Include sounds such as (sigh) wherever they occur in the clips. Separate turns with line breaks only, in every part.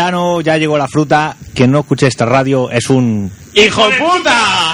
verano, ya llegó la fruta. Quien no escuche esta radio es un...
¡Hijo puta!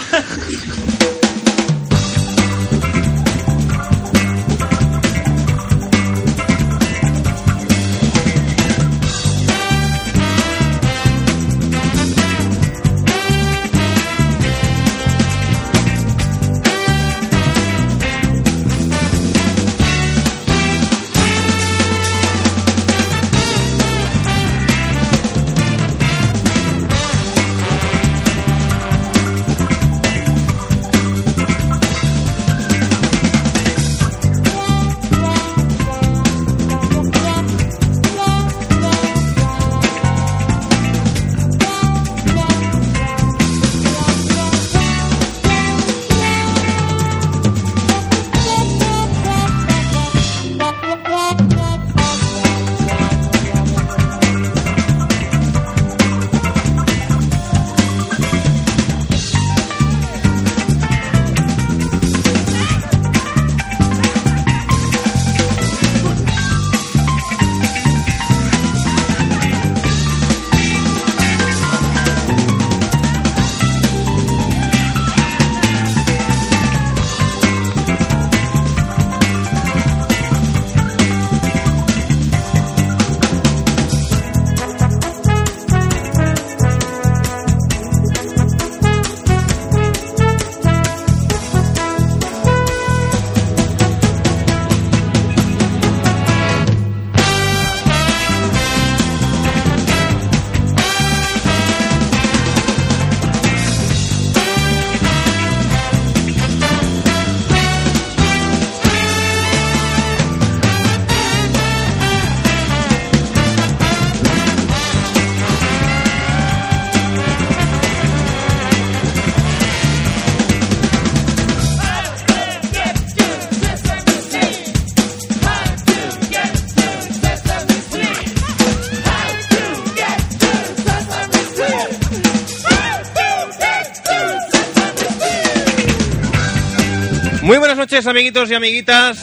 Muy buenas noches, amiguitos y amiguitas.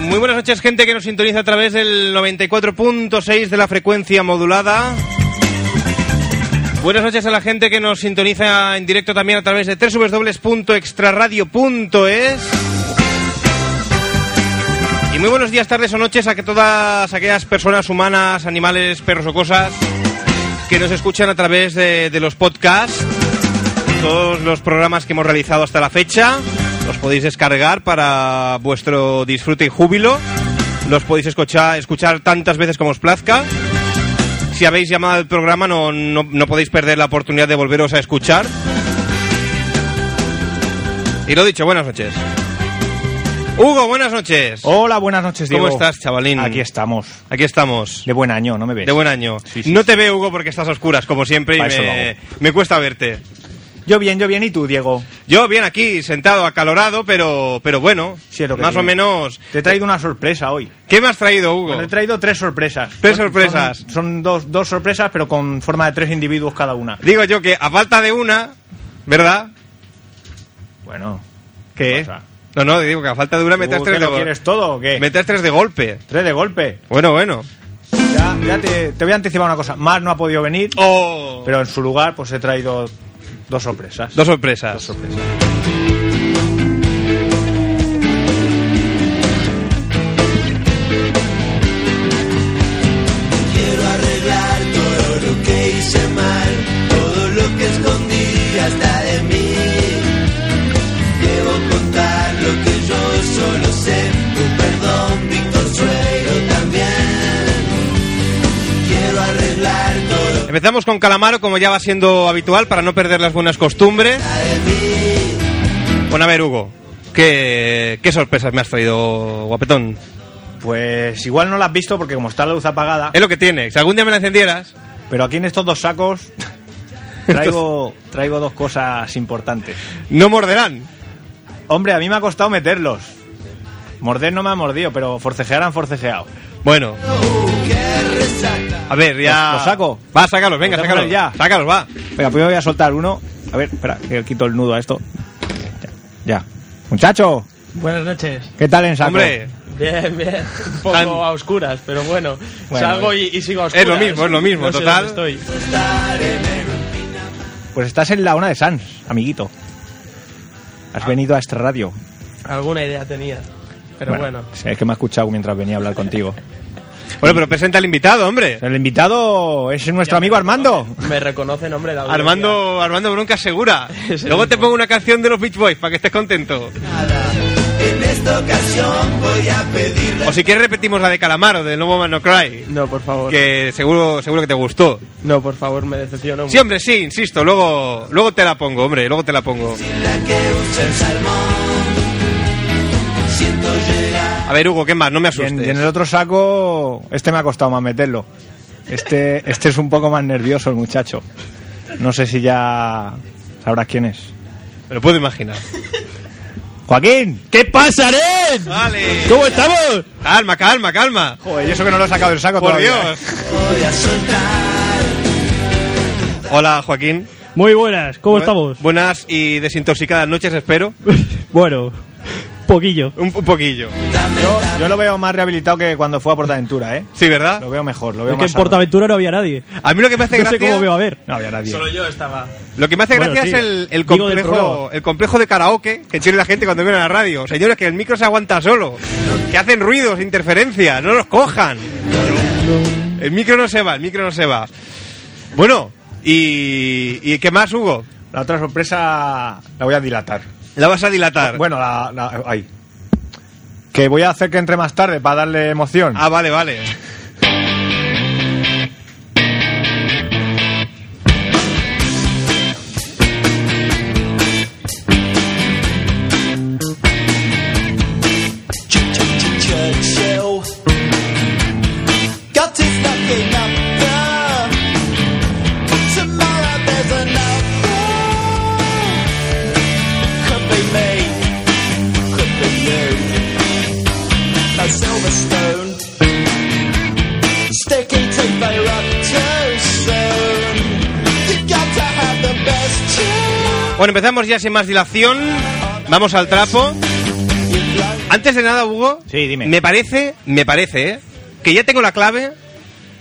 Muy buenas noches, gente que nos sintoniza a través del 94.6 de la frecuencia modulada. Buenas noches a la gente que nos sintoniza en directo también a través de www.extraradio.es. Y muy buenos días, tardes o noches a que todas aquellas personas humanas, animales, perros o cosas que nos escuchan a través de, de los podcasts. Todos los programas que hemos realizado hasta la fecha los podéis descargar para vuestro disfrute y júbilo. Los podéis escuchar, escuchar tantas veces como os plazca. Si habéis llamado al programa no, no, no podéis perder la oportunidad de volveros a escuchar. Y lo dicho, buenas noches. Hugo, buenas noches.
Hola, buenas noches, Diego.
¿Cómo estás, chavalín?
Aquí estamos.
Aquí estamos.
De buen año, ¿no me ves?
De buen año.
Sí, sí,
no te veo, Hugo, porque estás a oscuras, como siempre, y
Pa' eso lo
me,
hago.
me cuesta verte.
Yo bien, yo bien. ¿Y tú, Diego?
Yo bien aquí, sentado, acalorado, pero, pero bueno,
Sí, es lo que
más
tiene.
o menos.
Te he traído una sorpresa hoy.
¿Qué me has traído, Hugo?
Pues te he traído tres sorpresas.
Tres
Son-
sorpresas.
Son, son dos, dos sorpresas, pero con forma de tres individuos cada una.
Digo yo que a falta de una, ¿verdad?
Bueno,
¿Qué?
pasa?
No, no, digo que a falta de una metes
¿tú
tres
qué
de
lo
golpe.
quieres todo o qué?
Metes tres de golpe.
Tres de golpe.
Bueno, bueno.
Ya, ya te, te voy a anticipar una cosa. Mar no ha podido venir,
Oh.
pero en su lugar pues he traído dos sorpresas.
Dos sorpresas.
Dos sorpresas.
Quiero arreglar todo lo que hice mal, todo lo que escondí hasta de mí. Debo contar lo que yo solo sé, tu perdón, Víctor Suero también. Quiero arreglar todo
Empezamos con Calamaro, como ya va siendo habitual, para no perder las buenas costumbres.
de mí.
Bueno, a ver, Hugo, ¿qué, qué sorpresas me has traído, guapetón?
Pues igual no la has visto porque como está la luz apagada,
Es lo que tiene. Si algún día me la encendieras,
pero aquí en estos dos sacos
(laughs)
traigo, traigo dos cosas importantes.
no morderán.
Hombre, a mí me ha costado meterlos. Morder no me ha mordido, pero forcejear han forcejeado.
Bueno,
Uh, qué resaca.
a ver, ya.
¿Los- los Pues, saco?
Va, sácalos, venga,
¿Los tengo
sácalos.
ya?
Sácalos, va.
Venga, primero voy a soltar uno. A ver, espera, que quito el nudo a esto. Ya. ya. Muchacho,
Buenas noches.
¿qué tal en saco?
Hombre,
Bien, bien. Un poco
Tan-
a oscuras, pero bueno.
Bueno,
salgo y, y sigo a
Es
oscuras.
lo mismo, es lo mismo,
No sé
total.
dónde estoy.
Pues estás en la una de Sans, amiguito.
Ah.
Has venido a esta radio.
Alguna idea tenía. Pero bueno.
sí, Es que me ha escuchado mientras venía a hablar contigo.
Bueno, pero presenta al invitado, (laughs) hombre.
El invitado es nuestro amigo Armando.
Me reconocen, hombre, la audiencia.
Armando, Armando
(laughs)
Bronca Segura.
Ese
Luego te
mismo.
pongo una canción de los Beach Boys para que estés contento.
En esta ocasión voy a pedir
O si quieres repetimos la de Calamaro, de nuevo Man No Cry.
No, por favor.
Que seguro, seguro que te gustó.
No, por favor, me decepciono.
Sí, hombre, sí, insisto. Luego, luego te la pongo, hombre, luego te la pongo.
la que usa el salmón. Siento llegar.
A ver, Hugo, ¿qué más? No me
Y
asustes.
en, y en el otro saco, este me ha costado más meterlo.
(laughs)
Este, este es un poco más nervioso el muchacho. No sé si ya sabrás quién es.
Me lo puedo
(laughs)
imaginar.
Joaquín.
¿Qué pasa, Aren?
Vale.
¿Cómo estamos?
Calma, calma, calma.
Joder, y eso que no lo he sacado del saco
Por
todavía,
Dios.
¿eh?
Voy a soltar.
¿eh?
Hola, Joaquín.
Muy buenas, ¿cómo estamos?
Buenas y desintoxicadas noches, espero.
Bueno, poquillo.
Un, un poquillo.
Yo, yo lo veo más rehabilitado que cuando fue a Portaventura, ¿eh?
Sí, ¿verdad?
Lo veo mejor, lo veo
Es que
más
en
sano.
Portaventura no había nadie.
A mí lo que me hace
No
gracia...
sé cómo veo a ver.
No había nadie.
Solo yo estaba.
Lo que me hace
Bueno,
gracia
sí.
es el, el
Digo del
complejo,
programa.
el complejo de karaoke que tiene la gente cuando viene a la radio. Señores, que el micro se aguanta solo. Que hacen ruidos, interferencias, no los cojan. El micro no se va, el micro no se va. Bueno, y, y ¿qué más, Hugo?
La otra sorpresa la voy a dilatar.
La vas a dilatar.
Bueno, la, la- ahí. Que voy a hacer que entre más tarde para darle emoción.
Ah, vale, vale.
Churchill. Got his nothing up there. Tomorrow there's another. Could be me. Could be you. No Silverstone. Sticky teeth they rot too soon. You got to have the best tune.
Bueno, empezamos ya sin más dilación. Vamos al trapo.
You'd like
Antes de nada, Hugo,
Sí, dime.
me parece, me parece, ¿eh? que ya tengo la clave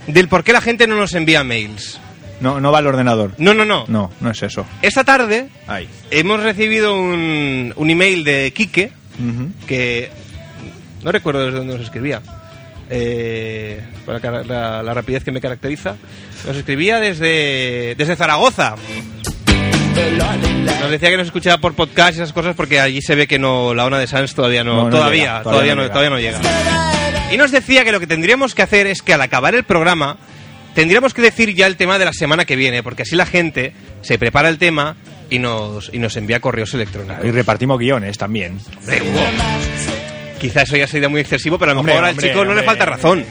del por qué la gente no nos envía mails.
No, no va el ordenador.
No, no, no.
No, no es eso.
Esta tarde
Ahí.
hemos recibido un, un email de Quique Mm-hmm.
Ujú.
que no recuerdo desde dónde nos escribía. Eh, por la, cara- la- la rapidez que me caracteriza. Nos escribía desde, desde Zaragoza.
the lightning
Nos decía que nos escuchaba por podcast y esas cosas porque allí se ve que no la onda de Sans todavía no,
No, no
todavía, todavía,
llega, todavía
no,
no
todavía no llega. Y nos decía que lo que tendríamos que hacer es que al acabar el programa tendríamos que decir ya el tema de la semana que viene, porque así la gente se prepara el tema y nos, y nos envía correos electrónicos.
Y repartimos guiones también.
Hombre, Hugo, Quizás eso ya sería muy excesivo, pero a lo
Hombre,
mejor al
hombre,
chico no le
hombre.
falta
(laughs)
razón.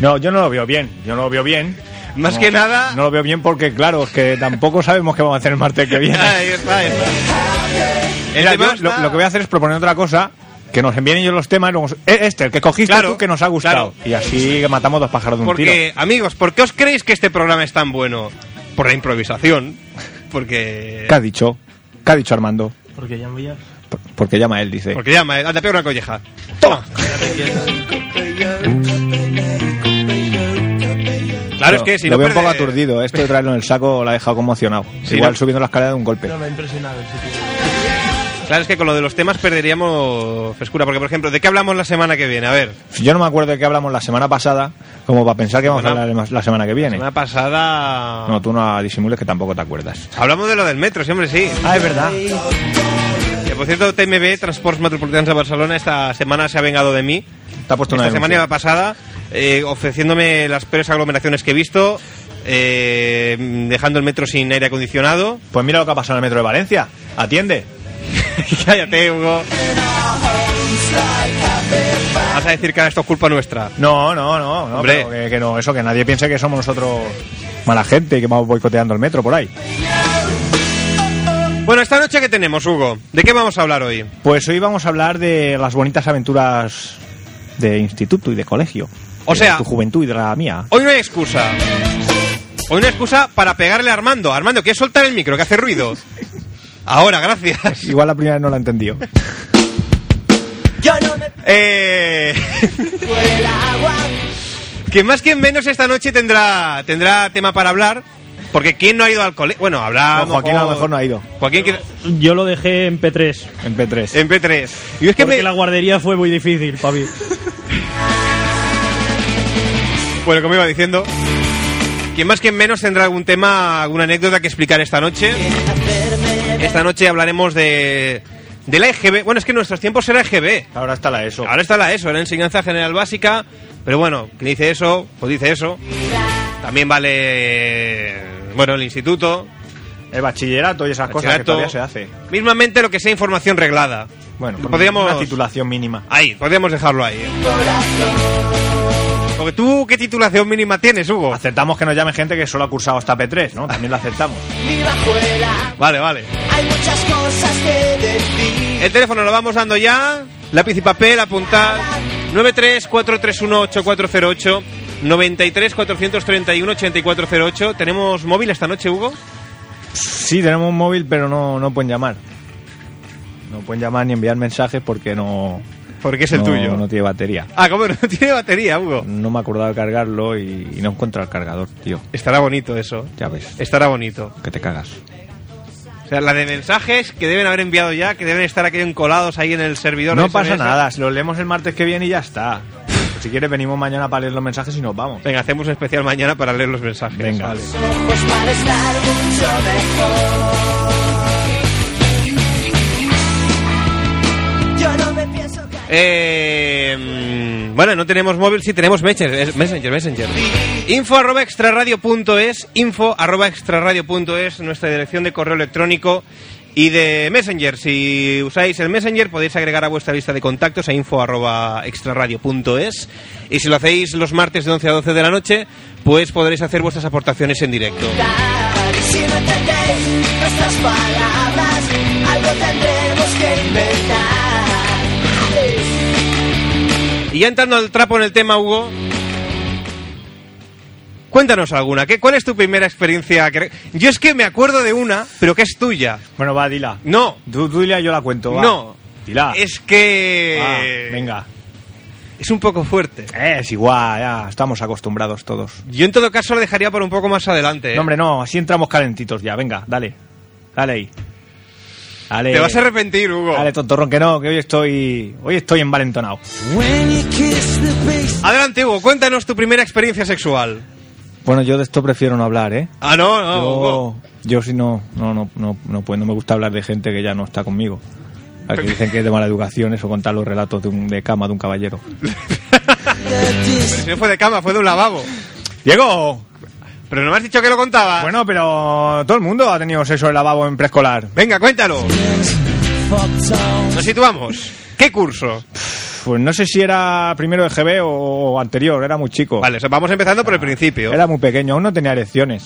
No, yo no lo veo bien. Yo no lo veo bien.
Más
No,
que nada...
No lo veo bien porque, claro, es que tampoco sabemos qué vamos a hacer el martes que viene.
Ahí está, ahí está. El
Mira,
tema
yo
está-
lo, lo que voy a hacer es proponer otra cosa. Que nos envíen ellos los temas. y luego- Eh, Este, el que cogiste
Claro,
tú, que nos ha gustado.
claro.
Y así matamos dos pájaros de un tiro.
Porque, amigos, ¿por qué os creéis que este programa es tan bueno? Por la improvisación. Porque.
¿Qué ha dicho? ¿Qué ha dicho Armando?
Porque ya me voy a...
Por- Porque llama él, dice.
Porque llama, anda, pega una colleja.
¡Toma!
Claro, es que si
Lo
no.
veo un poco
pierde-
aturdido. Esto de traerlo en el saco lo ha dejado conmocionado.
Sí,
Igual
¿no?
subiendo la escalera de un golpe.
No, me ha impresionado el sitio.
Claro, es que con lo de los temas perderíamos frescura. Porque, por ejemplo, ¿de qué hablamos la semana que viene? A ver,
Yo no me acuerdo de qué hablamos la semana pasada, como para pensar que vamos
Bueno.
a hablar la semana que viene.
semana pasada.
No, tú no disimules que tampoco te acuerdas.
Hablamos de lo del metro, sí, hombre, sí.
Ah, es verdad.
Que, por cierto, TMB, Transports Metropolitanos de Barcelona, esta semana se ha vengado de mí.
Te ha puesto una
Esta semana y
denuncia.
la pasada, eh, ofreciéndome las peores aglomeraciones que he visto, eh, dejando el metro sin aire acondicionado.
Pues mira lo que ha pasado en el metro de Valencia. Atiende.
(laughs) Cállate, Hugo. Vas a decir que ahora esto es culpa nuestra.
No, no, no, no,
Hombre.
pero que, que no, eso, que nadie piense que somos nosotros mala gente y que vamos boicoteando el metro por ahí.
Bueno, esta noche que tenemos, Hugo, ¿de qué vamos a hablar hoy?
Pues hoy vamos a hablar de las bonitas aventuras de instituto y de colegio.
O
De
sea-
tu juventud y de la mía.
Hoy no hay excusa. Hoy no hay excusa para pegarle a Armando. Armando, ¿quieres soltar el micro que hace ruido?
(laughs)
Ahora, gracias. (laughs)
(laughs) Igual la primera vez no la entendió.
Yo no me
Eh, (laughs) quien más, quien menos esta noche tendrá, tendrá tema para hablar. Porque ¿quién no ha ido al colegio? Bueno, habrá...
No, Joaquín a lo mejor no ha ido.
Joaquín que-
Yo lo dejé en P3.
En P3.
en P3. Y es que
porque
me-
la guardería fue muy difícil, papi.
Bueno, como iba diciendo, quien más quien menos tendrá algún tema, alguna anécdota que explicar esta noche. Esta noche hablaremos de, de la EGB. Bueno, es que en nuestros tiempos era EGB.
Ahora está la E ESO.
Ahora está la ESO, era Enseñanza General Básica. Pero bueno, quien dice eso, pues dice eso. También vale, bueno, el instituto.
El bachillerato y esas cosas que
bachillerato.
todavía se hace.
Mismamente lo que sea información reglada.
Bueno, con
podríamos...
una titulación mínima.
Ahí, podríamos dejarlo ahí. ¿eh? Porque tú, ¿qué titulación mínima tienes, Hugo?
Aceptamos que nos llame gente que solo ha cursado hasta P3, ¿no? También la aceptamos.
(laughs) Vale, vale.
Hay muchas cosas que decir.
El teléfono lo vamos dando ya. Lápiz y papel, apuntad. 934318408. 93-431-8408. ¿Tenemos móvil esta noche, Hugo?
Sí, tenemos un móvil, pero no, no pueden llamar. No pueden llamar ni enviar mensajes porque no.
Porque es
no- No tiene batería.
Ah, como no (laughs) tiene batería, Hugo.
No me he acordado de cargarlo y, y no encuentro el cargador, tío.
Estará bonito eso.
Ya ves,
Estará bonito.
que te cagas.
O sea, la de mensajes que deben haber enviado ya, que deben estar aquí encolados ahí en el servidor.
No
SMS.
pasa nada, si lo leemos el martes que viene y ya está. Si quieres, venimos mañana para leer los mensajes y nos vamos.
Venga, hacemos un especial mañana para leer los mensajes.
Venga.
Vale.
Pues para estar mucho mejor. Yo no me pienso que
Eh, mm, bueno, no tenemos móvil, sí tenemos Messenger, es- Messenger, Messenger. Info arroba extraradio.es, info arroba extraradio.es, nuestra dirección de correo electrónico y de Messenger. Si usáis el Messenger podéis agregar a vuestra lista de contactos a info arroba extraradio.es y si lo hacéis los martes de 11 a 12 de la noche, pues podréis hacer vuestras aportaciones en directo.
dar. Si no entendéis nuestras palabras, algo tendremos que inventar.
Y ya entrando al trapo en el tema, Hugo. Cuéntanos alguna. ¿qué, ¿Cuál es tu primera experiencia? que- Yo es que me acuerdo de una, pero que es tuya.
Bueno, va, dila.
No,
Tú, tú dila, yo la cuento. va.
no.
Dila.
Es que.
Va, venga.
Es un poco fuerte.
Eh, es igual, ya estamos acostumbrados todos.
Yo en todo caso lo dejaría para un poco más adelante. ¿eh?
No, hombre, no, así entramos calentitos ya. Venga, dale. Dale ahí. Dale.
Te vas a arrepentir, Hugo.
Dale, tontorrón, que no, que hoy estoy. Hoy estoy envalentonado.
Adelante, Hugo. Cuéntanos tu primera experiencia sexual.
Bueno, yo de esto prefiero no hablar, ¿eh?
Ah, no, no,
Yo,
Hugo.
yo sí no, no, no, no, no, pues no me gusta hablar de gente que ya no está conmigo. Aquí dicen que es de mala educación eso contar los relatos de, un- de cama de un caballero.
Pero si no fue de cama, fue de un lavabo.
Diego,
Pero no me has dicho que lo contaba.
bueno, pero todo el mundo ha tenido sexo en el lavabo en preescolar.
Venga, cuéntalo. Nos situamos. ¿Qué curso?
Pues no sé si era primero de GB o anterior, era muy chico.
Vale, o sea, vamos empezando por el principio.
Era muy pequeño, aún no tenía erecciones.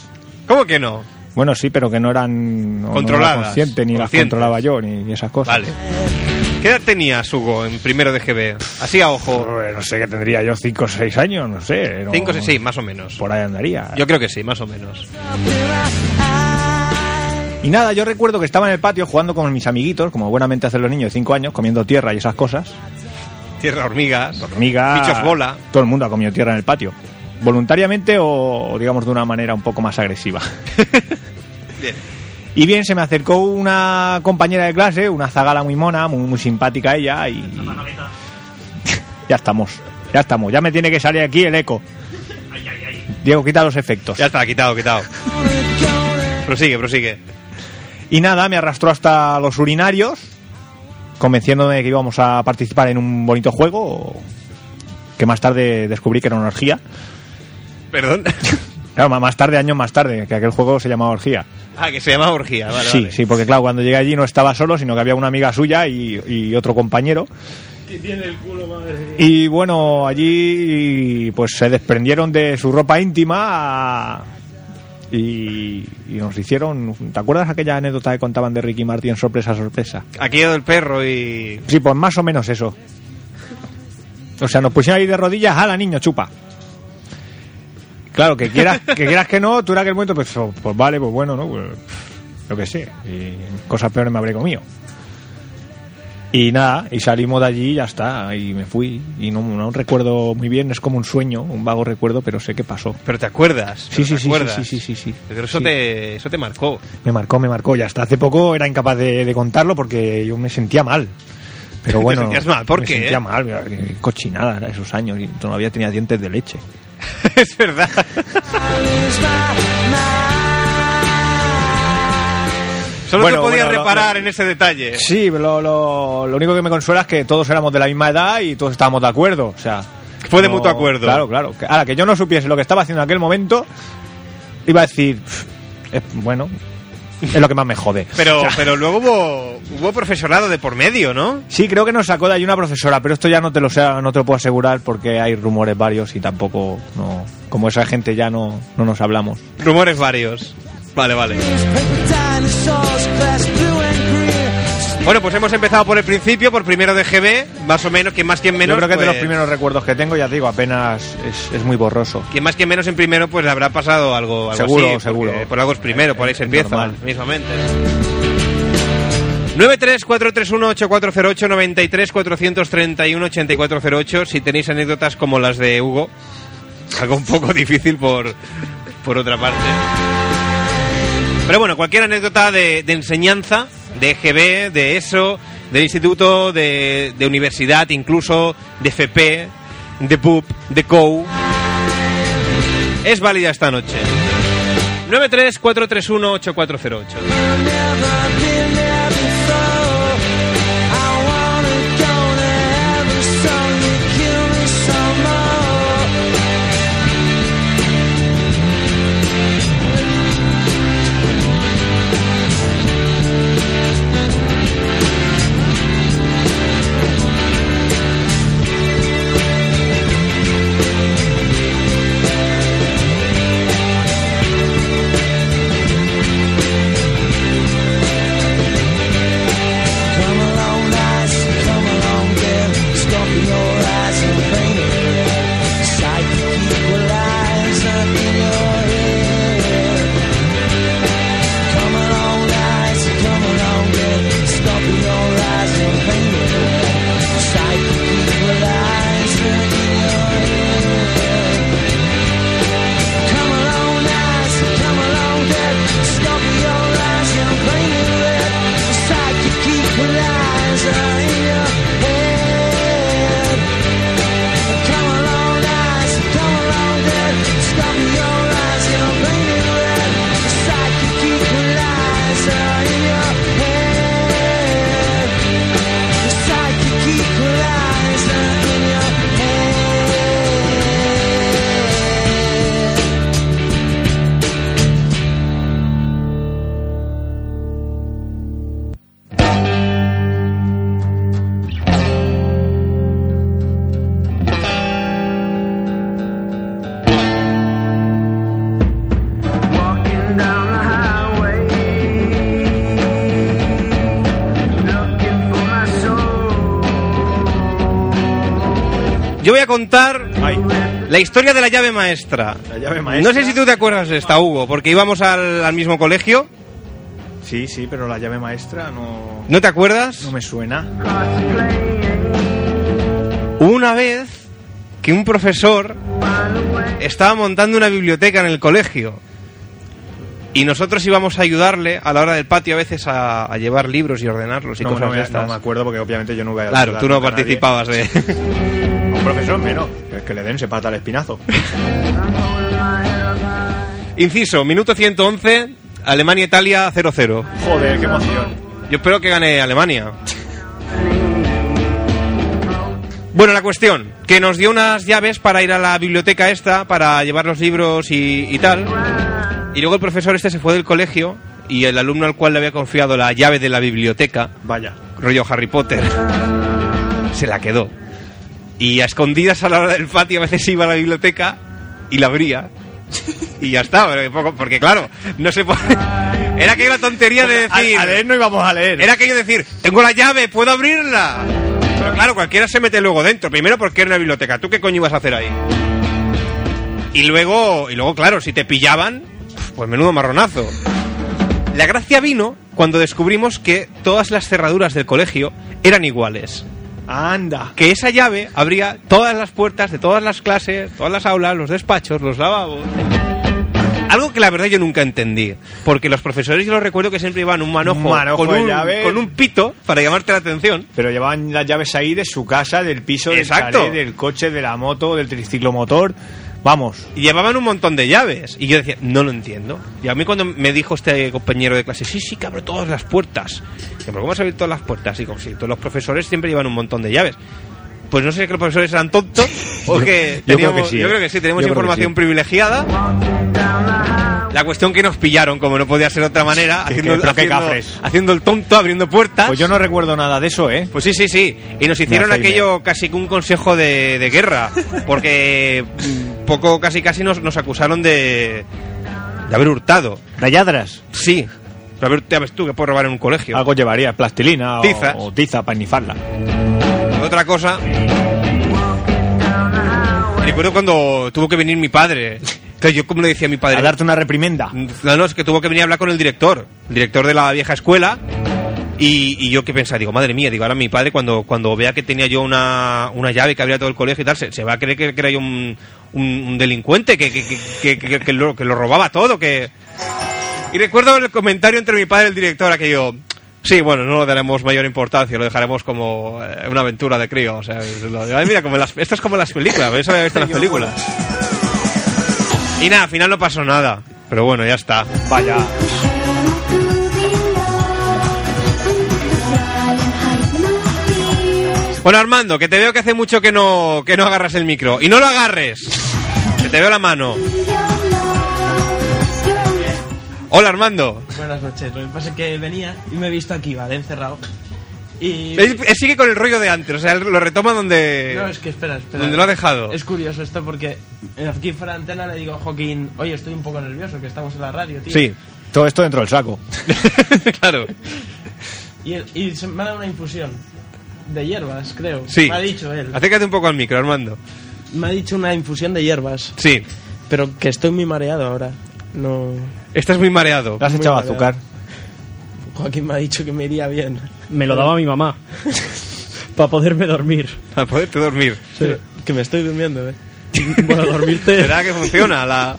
¿Cómo que no?
Bueno, sí, pero que no eran no- no era
Controladas,
consciente, ni las
conscientes.
controlaba yo, ni, ni esas cosas.
Vale. ¿Qué edad tenías, Hugo, en primero de GB? Así a ojo.
Joder, no sé qué tendría yo, 5 o 6 años, no sé. no-
5 o 6, más o menos.
Por ahí andaría.
Yo creo que sí, más o menos.
Y nada, yo recuerdo que estaba en el patio jugando con mis amiguitos, como buenamente hacen los niños de 5 años, comiendo tierra y esas cosas.
Tierra hormigas.
Hormiga.
Bichos bola.
Todo el mundo ha comido tierra en el patio. Voluntariamente o, o digamos, de una manera un poco más agresiva.
(laughs) Bien.
Y bien, se me acercó una compañera de clase, una zagala muy mona, muy, muy simpática ella, y. ya estamos, ya estamos, ya me tiene que salir aquí el eco. Diego, quita los efectos.
Ya está, quitado, quitado. Prosigue, prosigue.
Y nada, me arrastró hasta los urinarios, convenciéndome de que íbamos a participar en un bonito juego, que más tarde descubrí que era una orgía.
Perdón. (laughs)
Claro, ma- más tarde, años más tarde, que aquel juego se llamaba orgía.
Ah, que se llama orgía, vale.
sí,
vale.
sí, porque claro, cuando llegué allí no estaba solo, sino que había una amiga suya y, y otro compañero. Y bueno, allí pues se desprendieron de su ropa íntima a- y, y nos hicieron... ¿Te acuerdas aquella anécdota que contaban de Ricky Martin, sorpresa, sorpresa?
Aquí el perro y.
Sí, pues más o menos eso. O sea, nos pusieron ahí de rodillas, ala niño, chupa. Claro,
(laughs)
que quieras que, quieras que no, tú en aquel momento, pues, oh, pues vale, pues bueno, ¿no? Pues, pff, yo qué sé, y cosas peores me habré comido. Y nada, y salimos de allí y ya está, y me fui. Y no, no recuerdo muy bien, es como un sueño, un vago recuerdo, pero sé que pasó.
Pero te acuerdas.
Sí,
pero
sí,
te
sí,
acuerdas.
sí, sí, sí, sí, sí.
Pero eso,
Sí.
Te, eso te marcó.
Me marcó, me marcó. Y hasta hace poco era incapaz de, de contarlo porque yo me sentía mal.
(laughs)
Pero
¿Te
bueno,
sentías mal? ¿Por
me
qué?
sentía mal, mira, qué cochinada era esos años y todavía tenía dientes de leche.
es verdad. Solo
Bueno,
te podías
bueno, lo-
reparar
lo-
en ese detalle.
Sí, lo, lo, lo único que me consuela es que todos éramos de la misma edad y todos estábamos de acuerdo. O sea,
Fue de mutuo acuerdo.
Claro, claro. Que- Ahora, que yo no supiese lo que estaba haciendo en aquel momento, iba a decir, "Pff, es- bueno, es lo que más me jode.
(laughs)
(laughs)
Pero,
O sea,
pero luego hubo, hubo profesorado de por medio, ¿no?
Sí, creo que nos sacó de ahí una profesora, pero esto ya no te lo sé, no te lo puedo asegurar porque hay rumores varios y tampoco, no, como esa gente ya no, no nos hablamos.
Rumores varios. Vale, vale. Bueno, pues hemos empezado por el principio, por primero de GB, más o menos, quien más quien menos.
Yo creo que de los
pues,
primeros recuerdos que tengo, ya te digo, apenas es, es muy borroso.
Quien más quien menos en primero, pues le habrá pasado algo. algo
Seguro,
así, porque
seguro.
Por algo es primero, por ahí se
Es
empieza,
normal.
mismamente. 93431-8408-93-431-8408 Si tenéis anécdotas como las de Hugo Algo un poco (laughs) difícil por, por otra parte Pero bueno, cualquier anécdota de, de enseñanza De EGB, de ESO, del instituto, de, de universidad incluso De FP, de PUB, de COU Es válida esta noche 93431-8408 Yo voy a contar la historia de la llave maestra.
La llave maestra.
No sé si tú te acuerdas de esta, Hugo, porque íbamos al, al mismo colegio.
Sí, sí, pero la llave maestra no,
¿No te acuerdas?
no me suena.
Hubo Una vez que un profesor estaba montando una biblioteca en el colegio y nosotros íbamos a ayudarle a la hora del patio a veces a, a llevar libros y ordenarlos y
No,
cosas
no
de
me,
estas.
no me acuerdo porque obviamente yo no voy a
claro, tú no
ayudar nunca a nadie.
participabas de...
A Un profesor menos, (laughs) es que le den se pata el espinazo.
Inciso, minuto 111, Alemania-Italia 0-0.
Joder, qué emoción.
Yo espero que gane Alemania. Bueno, la cuestión, que nos dio unas llaves para ir a la biblioteca esta, para llevar los libros y, y tal. Y luego el profesor este se fue del colegio y el alumno al cual le había confiado la llave de la biblioteca,
Vaya.
rollo Harry Potter, se la quedó. Y a escondidas a la hora del patio a veces iba a la biblioteca y la abría. Y ya está, pero poco- porque claro, no se puede... Era aquella tontería de decir...
A, a leer no íbamos a leer.
Era aquello de decir, tengo la llave, puedo abrirla. Pero claro, cualquiera se mete luego dentro. Primero porque era una biblioteca. ¿Tú qué coño ibas a hacer ahí? Y luego, y luego claro, si te pillaban, pues menudo marronazo. La gracia vino cuando descubrimos que todas las cerraduras del colegio eran iguales.
Anda.
Que esa llave abría todas las puertas de todas las clases, todas las aulas, los despachos, los lavabos. Algo que la verdad yo nunca entendí. Porque los profesores yo los recuerdo que siempre iban un manojo,
Un manojo
con,
de
un,
llave.
con un pito para llamarte la atención.
Pero llevaban las llaves ahí de su casa, del piso,
Exacto.
del chalet, del coche, de la moto, del triciclo motor. Vamos.
Y llevaban un montón de llaves. Y yo decía, no lo entiendo. Y a mí cuando me dijo este compañero de clase, sí, sí, que abro todas las puertas. Dije, ¿Pero cómo has abierto todas las puertas? Y como si todos los profesores siempre llevan un montón de llaves. Pues no sé que los profesores eran tontos o que
(laughs) Yo creo
teníamos-
que sí,
yo
¿eh?
creo que sí, tenemos
Yo creo que
información
sí.
privilegiada. La cuestión que nos pillaron, como no podía ser de otra manera,
Que-
haciendo,
que- pero qué
haciendo-
cafres.
haciendo el tonto, abriendo puertas.
Pues yo no recuerdo nada de eso, ¿eh?
Pues sí, sí, sí. Y nos hicieron
Me hace
aquello casi que un consejo de, de guerra. Porque mm, poco, casi, casi nos, nos acusaron de, de haber hurtado.
Rayadras.
Sí. Pero haber, ya ves tú que puedes robar en un colegio.
Algo llevaría, plastilina o-
Tizas.
o, tiza para nifarla.
Otra cosa. Recuerdo cuando tuvo que venir mi padre. Entonces yo, como le decía a mi padre.
A darte una reprimenda.
No, no, es que tuvo que venir a hablar con el director, el director de la vieja escuela. Y, y yo que pensaba, digo, madre mía, digo, ahora mi padre cuando, cuando vea que tenía yo una, una llave que abría todo el colegio y tal, se, se va a creer que, que era yo un, un- un delincuente, que, que, que- que- que- que lo, que lo robaba todo, que... Y recuerdo el comentario entre mi padre y el director, aquello, sí, bueno, no le daremos mayor importancia, lo dejaremos como eh, una aventura de crío. O sea, lo de- ay, mira, como en las, esto es como en las películas, eso había visto en las películas. Y nada, al final no pasó nada, pero bueno, ya está.
Vaya.
Bueno, Armando, que te veo que hace mucho que no, que no agarras el micro. Y no lo agarres. Que te veo la mano. Hola, Armando.
Buenas noches. Lo que pasa es que venía y me he visto aquí, ¿vale? Encerrado. Y...
Él, él sigue con el rollo de antes, o sea, él lo retoma donde...
No, es que espera, espera.
¿Dónde lo ha dejado?
Es curioso esto porque eh, aquí fuera de antena le digo a Joaquín, oye, estoy un poco nervioso que estamos en la radio, tío.
Sí,
Todo esto dentro
(laughs)
del saco.
claro.
Y, y se me ha dado una infusión de hierbas, creo.
Sí.
Me ha dicho él.
Acércate un poco al micro, Armando.
Me ha dicho una infusión de hierbas.
Sí,
Pero que estoy muy mareado ahora. No.
estás muy mareado.
Le has
Muy
echado
mareado.
azúcar.
Joaquín me ha dicho que me iría bien.
Me lo daba
(laughs)
mi mamá. Para poderme dormir.
Para Ah, poderte dormir.
Pero que me estoy durmiendo, eh.
Bueno, dormirte.
¿Verdad que funciona
(laughs)
la...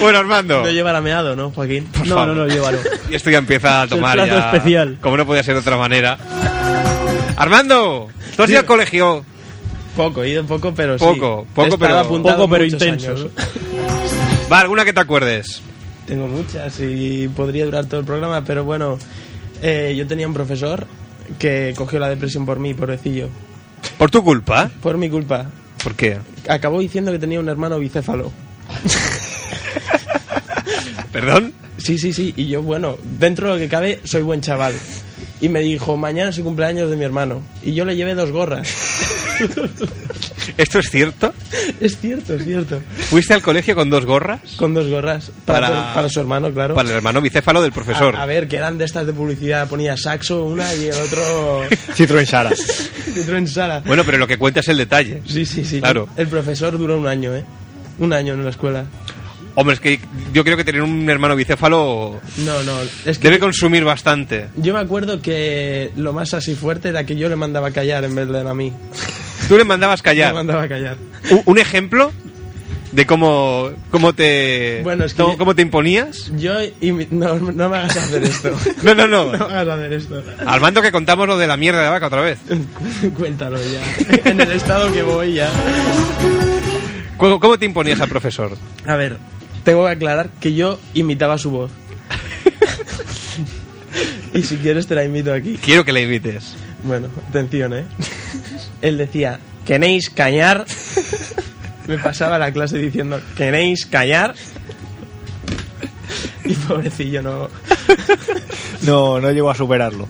Bueno, Armando.
No llevará meado, ¿no, Joaquín?
por
No, no,
favor.
no, llévalo.
(laughs) Y esto ya empieza a tomar
plato
ya,
especial.
Como no podía ser de otra manera. Armando, tú has ido al colegio.
Poco, he ido poco, pero sí.
Poco, poco,
He estado
pero-
apuntado
Poco, pero
muchos
intenso.
años.
Va, alguna que te acuerdes.
Tengo muchas y podría durar todo el programa, pero bueno, eh, yo tenía un profesor que cogió la depresión por mí, pobrecillo.
Por tu culpa.
Por mi culpa.
¿Por qué?
Acabó diciendo que tenía un hermano bicéfalo.
(laughs) ¿Perdón?
Sí, sí, sí. Y yo, bueno, dentro de lo que cabe, soy buen chaval. Y me dijo, mañana es el cumpleaños de mi hermano. Y yo le llevé dos gorras. (laughs)
¿Esto es cierto?
es cierto, es cierto.
¿Fuiste al colegio con dos gorras?
Con dos gorras. Para,
Para-
para su hermano, claro.
Para el hermano bicéfalo del profesor.
A, a ver, que eran de estas de publicidad. Ponía saxo una y el
(laughs)
otro...
Citroën Sara.
otro en sala.
Bueno, pero lo que cuenta es el detalle.
Sí, sí, sí.
Claro.
El profesor duró un año, ¿eh? Un año en la escuela.
Hombre, es que yo creo que tener un hermano bicéfalo
No, no. Es que
debe
(laughs)
consumir bastante.
yo me acuerdo que lo más así fuerte era que yo le mandaba a callar en vez de él a mí.
Tú le mandabas
Le
callar.
mandaba a callar.
¿Un- ¿Un ejemplo de cómo, cómo te
Bueno, es que
cómo,
yo-
cómo te imponías?
Yo y mi- no, no me hagas hacer esto.
(laughs) No, no, no.
(laughs) No me hagas hacer esto.
Al mando que contamos lo de la mierda de vaca otra vez.
Cuéntalo ya. En el estado que voy ya.
¿Cómo, cómo te imponías al profesor?
A ver, tengo que aclarar que yo imitaba su (laughs) voz. Y si quieres te la invito aquí.
Quiero que le imites.
Bueno, atención, ¿eh? Él decía, ¿queréis callar? Me pasaba la clase diciendo, ¿queréis callar? Y pobrecillo, no...
No, no llego a superarlo.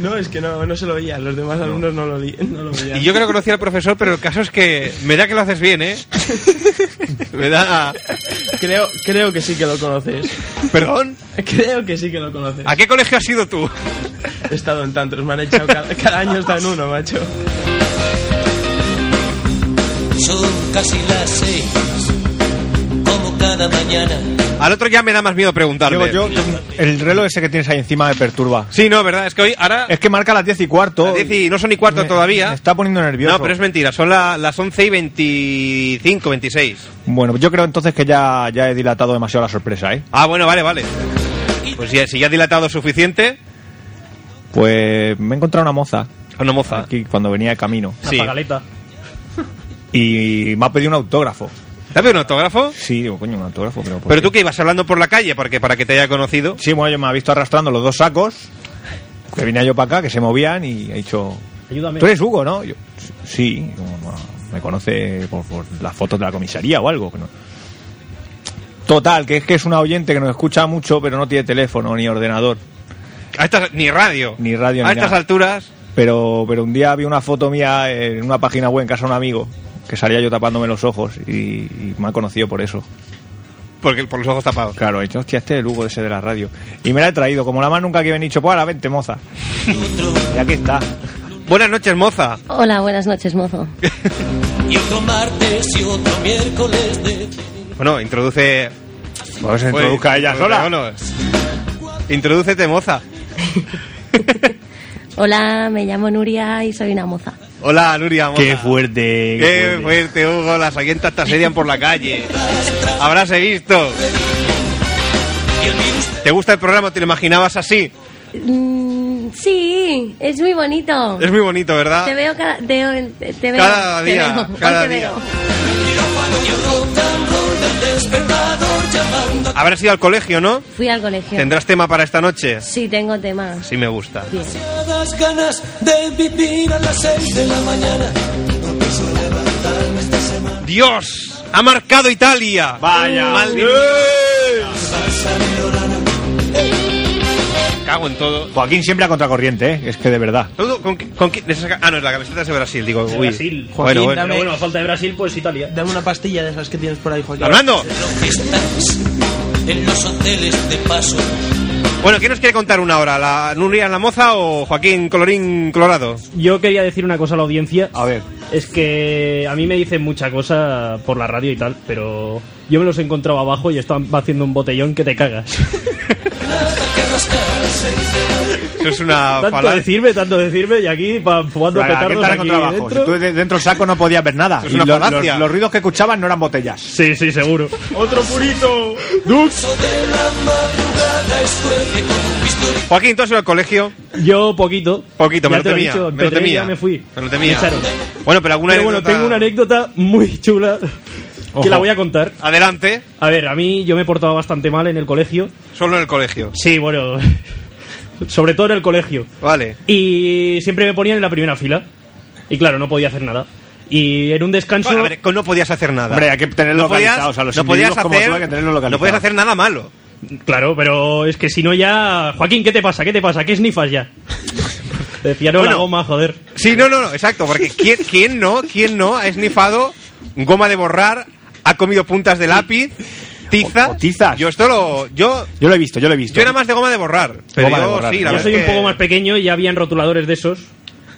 No, es que no, no se lo veía, los demás alumnos no lo, li- no lo veían.
Y yo creo que conocí al profesor, pero el caso es que me da que lo haces
(laughs)
bien, ¿eh? Me da...
creo, creo que sí que lo conoces.
¿Perdón?
Creo que sí que lo conoces.
¿A qué colegio has ido tú?
He estado en tantos, me han echado cada, cada año está en uno, macho.
Son casi las seis, como cada mañana,
Al otro ya me da más miedo preguntarle.
Yo- yo- el reloj ese que tienes ahí encima me perturba.
Sí, no, ¿verdad? Es que hoy ahora...
Es que marca las 10 y cuarto.
las 10 y no son ni cuarto
Me-
todavía.
Me está poniendo nervioso.
No, pero es mentira, son la- las 11 y 25, 26.
Bueno, yo creo entonces que ya, ya he dilatado demasiado la sorpresa, ¿eh?
Ah, bueno, vale, vale. Pues ya, si ya ha dilatado suficiente,
Pues me he encontrado una moza
a Ah, una moza.
aquí cuando venía de camino
Una
Sí.
pagaleta.
y me ha pedido un autógrafo.
¿Dame un autógrafo?
Sí, digo, coño, un autógrafo, pero. ¿por
Pero
qué?
tú que ibas hablando por la calle porque para que te haya conocido.
Sí, bueno, yo me ha visto arrastrando los dos sacos que venía yo para acá, que se movían y he dicho.
Ayúdame.
Tú eres Hugo, ¿no? Yo, sí, como, no, me conoce por, por las fotos de la comisaría o algo. que no. Total, que es que es una oyente que nos escucha mucho, pero no tiene teléfono ni ordenador.
A estas, ni radio.
Ni radio,
A
ni
estas
nada.
alturas.
Pero, pero un día vi una foto mía en una página web en casa de un amigo, que salía yo tapándome los ojos y, y me ha conocido por eso.
Porque por los ojos tapados.
Claro, he dicho, hostia, este es el Hugo ese de la radio. Y me la he traído, como la más nunca que me he dicho, pues ahora vente, moza. Y aquí está.
Buenas noches, moza.
Hola, buenas noches, mozo.
Y otro martes y otro miércoles de
Bueno, introduce.
Pues se
Pues,
introduzca ella
pues,
sola.
bueno, Introdúcete, moza.
Hola, me llamo Nuria y soy una moza.
Hola, Nuria, moza.
Qué fuerte.
Qué fuerte, Hugo. Las aguientas te asedian por la calle. Habráse visto. ¿Te gusta el programa? ¿Te lo imaginabas así?
Mm, sí, es muy bonito.
Es muy bonito, ¿verdad?
Te veo cada, te, te veo,
Cada
te
día,
veo, hoy
cada
te
día.
veo.
Habrás ido al colegio, ¿no?
Fui al colegio.
¿Tendrás tema para esta noche?
Sí, tengo temas.
Sí, me gusta.
Bien.
las ganas de vivir a las seis de la mañana.
¡Dios! ¡Ha marcado Italia! Uh,
Vaya.
¡Maldito! Cago en todo.
Joaquín siempre a contracorriente, ¿eh? es que de verdad.
Todo, ¿Con, qué- con qué- de esa- ah, no, es la camiseta es de Brasil, digo.
De
uy.
Brasil.
Bueno,
Joaquín,
bueno.
Pero bueno, a falta de Brasil, pues Italia.
Dame una pastilla de esas que tienes por ahí, Joaquín.
Fernando,
Fiestas en los hoteles de paso.
bueno, ¿quién nos quiere contar una hora? ¿La Nuria la moza o Joaquín Colorín Colorado?
Yo quería decir una cosa a la audiencia.
A ver.
Es que a mí me dicen mucha cosa por la radio y tal, pero yo me los he encontrado abajo y estaban haciendo un botellón que te cagas.
Eso es una
(laughs) tanto
falacia.
decirme, tanto decirme, y aquí pa- fumando
Claro, aquí
petardos
estará
aquí
con trabajo.
dentro.
Si tú de- dentro del saco no podías ver nada.
Eso es
Y
una
los,
falacia.
los- los ruidos que escuchaban no eran botellas.
Sí, sí, seguro. ¡Otro purito! ¡Dux!
Joaquín, ¿tú has ido al colegio?
Yo poquito.
Poquito, me
Ya
lo
te he
temía.
dicho,
me lo
empecé y
temía.
ya me fui.
Me lo temía.
echaron.
Bueno, pero alguna
Pero bueno,
anécdota-
tengo una anécdota muy chula
Ojo.
que la voy a contar.
Adelante,
A ver, a mí yo me he portado bastante mal en el colegio.
solo en el colegio.
Sí, bueno, (laughs) sobre todo en el colegio.
Vale.
Y siempre me ponían en la primera fila. Y claro, no podía hacer nada. Y en un descanso...
Bueno, a ver, con- no podías hacer nada.
Hombre, hay que tenerlos
no podías,
localizados. A los
no podías
individuos como tú
hacer,
hay que tenerlos
no
localizados.
podías hacer nada malo.
Claro, pero es que si no ya... Joaquín, ¿qué te pasa? ¿Qué te pasa? ¿Qué snifas ya? (laughs) Te decía, no, la
Bueno.
goma, joder.
Sí, no, no, no, exacto,
(laughs)
porque ¿quién, quién no, quién no ha esnifado goma de borrar, ha comido puntas de lápiz, tiza?
O- o tizas.
Yo esto lo yo
Yo lo he visto, yo lo he visto.
yo era más de goma de borrar, pero
Goma de
yo
borrar.
sí, la
Yo
verdad
soy
es
un
que-
poco más pequeño y ya habían rotuladores de esos.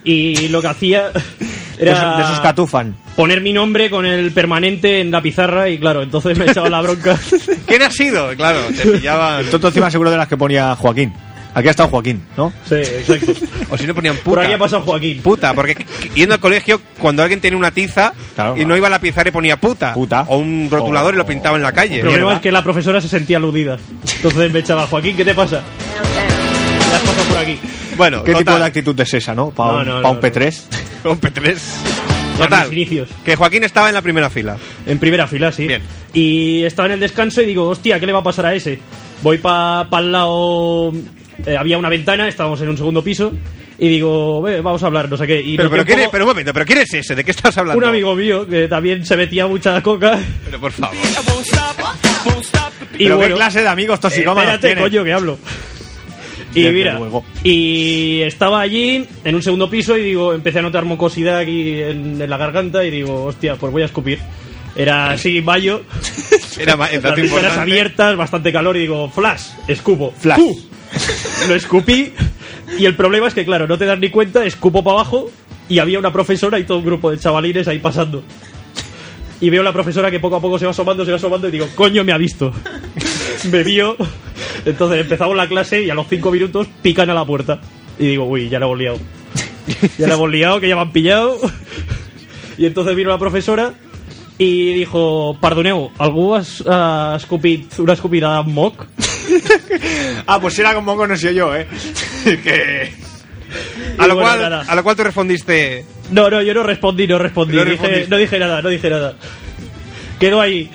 Y lo que hacía (laughs)
Pues
De
era...
esos- de esos que atufan.
Poner mi nombre con el permanente en la pizarra y claro, entonces me echaba la bronca.
(laughs) ¿Quién ha sido? Claro, te
Ah.
pillaban
Tonto encima seguro de las que ponía Joaquín. Aquí ha estado Joaquín, ¿no?
Sí, exacto.
o si no ponían puta.
Por aquí ha pasado Joaquín.
Puta, porque c- yendo al colegio, cuando alguien tenía una tiza
Claro,
y no
claro.
iba a la pizarra y ponía puta,
Puta.
o un rotulador y lo pintaba en la calle.
El problema
Mierda.
es que la profesora se sentía aludida. Entonces me echaba, Joaquín, ¿qué te pasa? Te has pasado por aquí.
Bueno,
¿Qué tipo
total.
de actitud es esa, no? Para
No,
un,
no,
pa' un
no,
P3.
(laughs) Un P3.
(laughs) mis
Total.
inicios.
Que Joaquín estaba en la primera fila.
En primera fila, sí.
Bien.
Y estaba en el descanso y digo, hostia, ¿qué le va a pasar a ese? Voy para el lado... eh, había una ventana, estábamos en un segundo piso. Y digo, "Ve, vamos a hablar, no sé qué. Y
Pero,
noté
pero,
un
¿quién es-
poco-
pero un momento, ¿pero quién es ese? ¿De qué estás hablando?
un amigo mío que también se metía mucha coca.
Pero pues, por favor.
Y
¿Pero
bueno, eh,
qué clase de amigos toxicómanos
Espérate,
tienes?
coño, que hablo. Y
Desde
mira,
luego.
y estaba allí en un segundo piso y digo, empecé a notar mucosidad aquí en, en la garganta y digo, hostia, pues voy a escupir. Era así, mayo,
(laughs) Era ma- el
las
dato
ventanas
importante.
abiertas, bastante calor y digo, flash, escupo.
Flash.
¡Fu! Lo escupí y el problema es que, claro, no te das ni cuenta, escupo para abajo y había una profesora y todo un grupo de chavalines ahí pasando. Y veo a la profesora que poco a poco se va asomando, se va asomando y digo, coño, me ha visto. (laughs) me vio. Entonces empezamos la clase y a los cinco minutos pican a la puerta. Y digo, uy, ya la hemos liado. Ya la hemos liado, que ya me han pillado. Y entonces vino la profesora y dijo, perdoneu, algú has, ha escopit una escopidada amb moc?
Ah, pues si era con Mongo no sé yo, ¿eh?
(laughs)
que...
A lo,
Y bueno,
cual,
nada.
a lo cual tú respondiste.
No, no, yo no respondí, no respondí.
No
Dije-
respondiste.
no dije nada, no dije nada. Quedó ahí.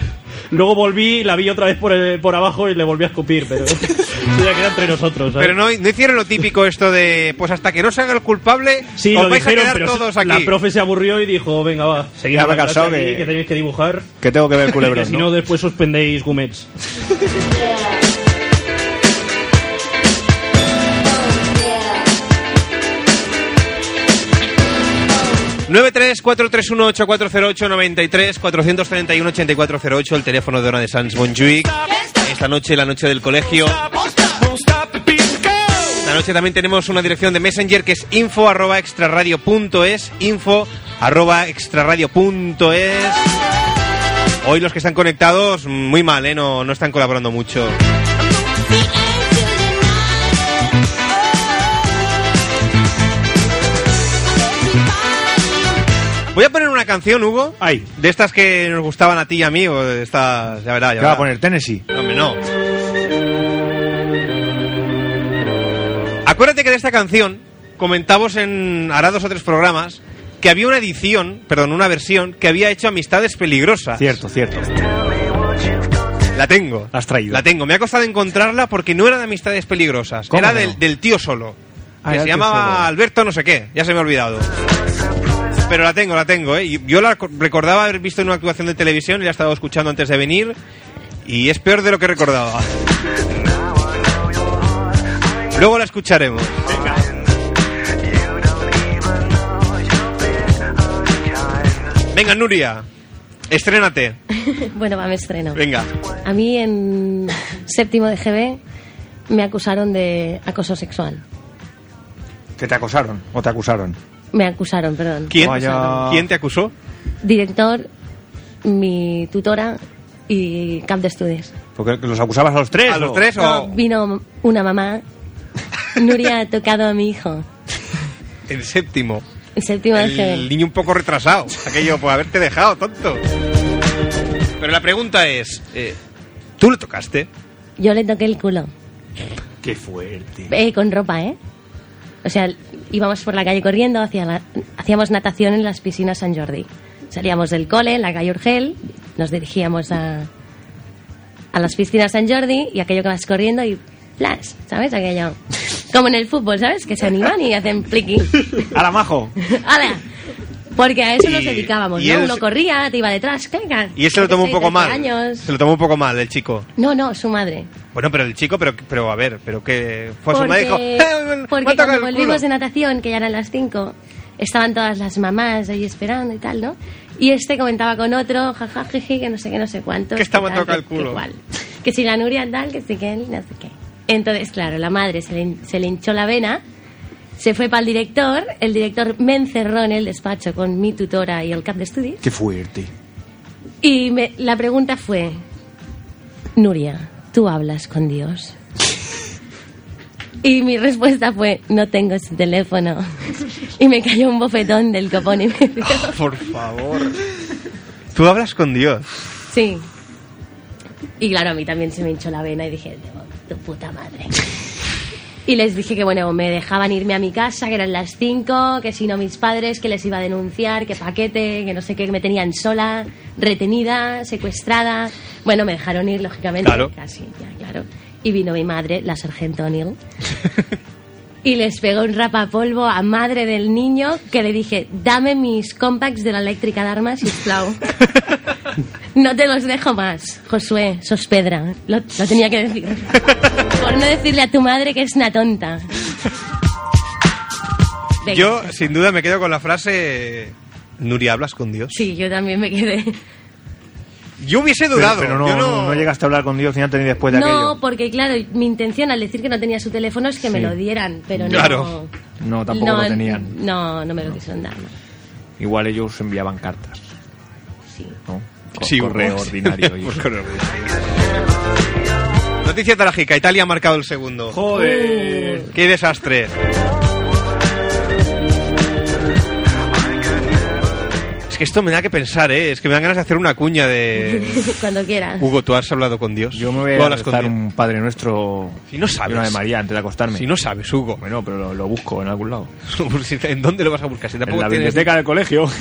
Luego volví, la vi otra vez por, el- por abajo y le volví a escupir,
(laughs)
pero Pues, eso ya queda entre nosotros. ¿sabes?
Pero no, no hicieron lo típico esto de. Pues hasta que no salga el culpable,
sí,
os
lo
vais
dijeron,
a quedar
pero
todos
la
aquí.
profe se aburrió y dijo, venga, va, seguid
Ya me
la clase
cansado
aquí,
que-
que tenéis que dibujar,
Que
(laughs)
tengo que ver
que
culebrón,
si
¿no?
no después suspendéis gumets.
ocho el teléfono de Ona de Sans Montjuic. Esta noche, la noche del colegio. Esta noche también tenemos una dirección de Messenger que es info arroba extraradio.es, info arroba extraradio.es. Hoy los que están conectados, muy mal, ¿eh? No, no están colaborando mucho. Voy a poner una canción, Hugo.
Ay.
De estas que nos gustaban a ti y a mí, o de estas, ya verás, ya
Que va
verás.
a poner Tennessee.
No, hombre, no. Acuérdate que de esta canción comentamos en hará dos o tres programas que había una edición, perdón, una versión que había hecho Amistades Peligrosas.
Cierto, cierto.
La tengo.
La has traído.
La tengo. Me ha costado encontrarla porque no era de Amistades Peligrosas.
¿Cómo
Era
que no?
del, del tío solo. que
Ah, era
se
el tío
llamaba
solo.
Alberto no sé qué. Ya se me ha olvidado. Pero la tengo, la tengo, ¿eh? Y Yo la co- recordaba haber visto en una actuación de televisión y la he estado escuchando antes de venir. Y es peor de lo que recordaba. Luego la escucharemos. Venga, Nuria. Estrénate.
(laughs) Bueno, va, me estreno.
Venga.
A mí en séptimo de GB me acusaron de acoso sexual.
Que te acosaron, o te acusaron.
Me acusaron, perdón.
¿Quién,
Vaya.
¿Quién te acusó?
Director, mi tutora y cap de estudios.
Porque los acusabas a los tres.
¿A los
¿no?
tres o...?
Vino una mamá. Nuria ha tocado a mi hijo.
El séptimo.
En séptimo de
El
GB.
niño un poco retrasado. Aquello por haberte dejado, tonto. Pero la pregunta es, eh, ¿tú lo tocaste?
Yo le toqué el culo.
Qué fuerte.
Eh, con ropa, ¿eh? O sea, íbamos por la calle corriendo, hacia la- hacíamos natación en las piscinas San Jordi. Salíamos del cole, la calle Urgel, nos dirigíamos a, a las piscinas San Jordi y aquello que vas corriendo y plas, ¿sabes? Aquello. Como en el fútbol, ¿sabes? Que se animan y hacen pliqui.
A la majo.
(laughs) ¡Hala! Porque a eso nos
Y-
dedicábamos,
y
¿no?
él-
Uno corría, te iba detrás, claro.
Y él se lo tomó un poco mal.
Años.
Se lo tomó un poco mal, el chico.
No, no, su madre.
Bueno, pero el chico, pero, pero a ver, pero que fue a su
porque,
madre y dijo... "Eh, me ha
porque
tocado
cuando
el
volvimos de
culo".
natación, que ya eran las 5, estaban todas las mamás ahí esperando y tal, ¿no? Y este comentaba con otro, jajaja, que no sé qué, no sé cuánto.
Que estaba
tal,
toca el
que-
culo.
Que, cual. Que si la Nuria tal, que si que él, no sé qué. Entonces, claro, la madre se le, hin- se le hinchó la vena, se fue para el director, el director me encerró en el despacho con mi tutora y el cap de estudios.
Qué fuerte.
Y me- la pregunta fue, Nuria, ¿tú hablas con Dios? Y mi respuesta fue, no tengo su teléfono. (laughs) Y me cayó un bofetón del copón y me dio.
(laughs) Por favor. Tú hablas con Dios.
Sí. Y claro, a mí también se me hinchó la vena y dije, tu puta madre. (laughs) Y les dije que, bueno, me dejaban irme a mi casa, que eran las 5, que si no mis padres, que les iba a denunciar, que paquete, que no sé qué, que me tenían sola, retenida, secuestrada. Bueno, me dejaron ir, lógicamente.
Claro.
Casi, ya, claro. Y vino mi madre, la sargento O'Neill. (laughs) Y les pegó un rapapolvo a madre del niño que le dije, dame mis compacts de la eléctrica de armas y flau. (laughs) No te los dejo más, Josué, sos pedra. Lo, lo tenía que decir. Por no decirle a tu madre que es una tonta. Venga.
Yo, sin duda, me quedo con la frase... Nuria, ¿hablas con Dios?
Sí, yo también me quedé.
Yo hubiese
Pero,
dudado.
pero no,
yo
no... llegaste a hablar con Dios ni antes ni después de
No,
aquello.
porque claro, mi intención al decir que no tenía su teléfono es que me
Sí.
lo dieran, pero
Claro.
no.
No, tampoco
no,
lo tenían.
No, no me lo quisieron dar. no.
Igual ellos enviaban cartas,
Sí.
¿no? Co-
Sí,
correo
pues. (laughs)
ordinario. y-
Pues correo ordinario. Noticia trágica, Italia ha marcado el segundo.
Joder.
¡Qué desastre! Es que esto me da que pensar, ¿eh? Es que me dan ganas de hacer una cuña de...
Eh.
(laughs) Cuando quieras.
Hugo, ¿tú has hablado con Dios?
Yo me voy
¿Tú
a
hablas con
rezar
Dios?
un Padre Nuestro
Si no
y
sabes.
una de María antes de acostarme.
Si no sabes, Hugo.
Bueno, pero lo, lo busco en
(laughs)
algún lado.
¿En dónde lo vas a buscar? Si
En
tampoco
la
tienes...
biblioteca del colegio. (laughs)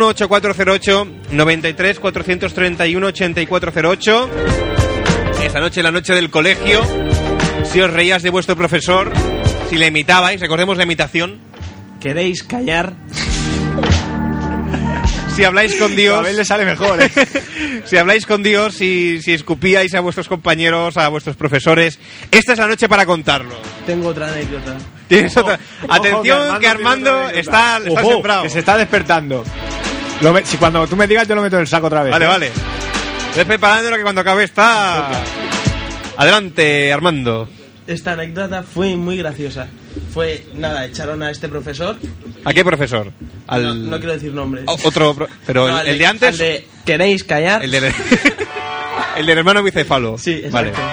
93-431-8408 93-431-8408 Esa noche, la noche del colegio Si os reías de vuestro profesor Si le imitabais, recordemos la imitación
¿Queréis callar?
Si habláis con
A
Dios
ver, le sale mejor, ¿eh?
(laughs) Si habláis con Dios si, si escupíais a vuestros compañeros A vuestros profesores Esta es la noche para contarlo
Tengo otra anécdota.
Tienes otra-
Ojo,
Atención que Armando,
tiene otra
está,
anécdota.
está
Ojo,
sembrado
que se está despertando. Lo me- si cuando tú me digas, yo lo meto en el saco otra vez.
Vale,
¿eh?
vale. Ves preparándolo que cuando acabe está. Adelante, Armando.
Esta anécdota fue muy graciosa. Fue, nada, echaron a este profesor.
¿A qué profesor? Al.
No, no quiero decir nombres.
O- Otro. pro- Pero
No,
el,
al
el de antes.
al de, ¿Queréis callar?
El del. (laughs) el del hermano bicefalo.
Sí,
vale.
exacto.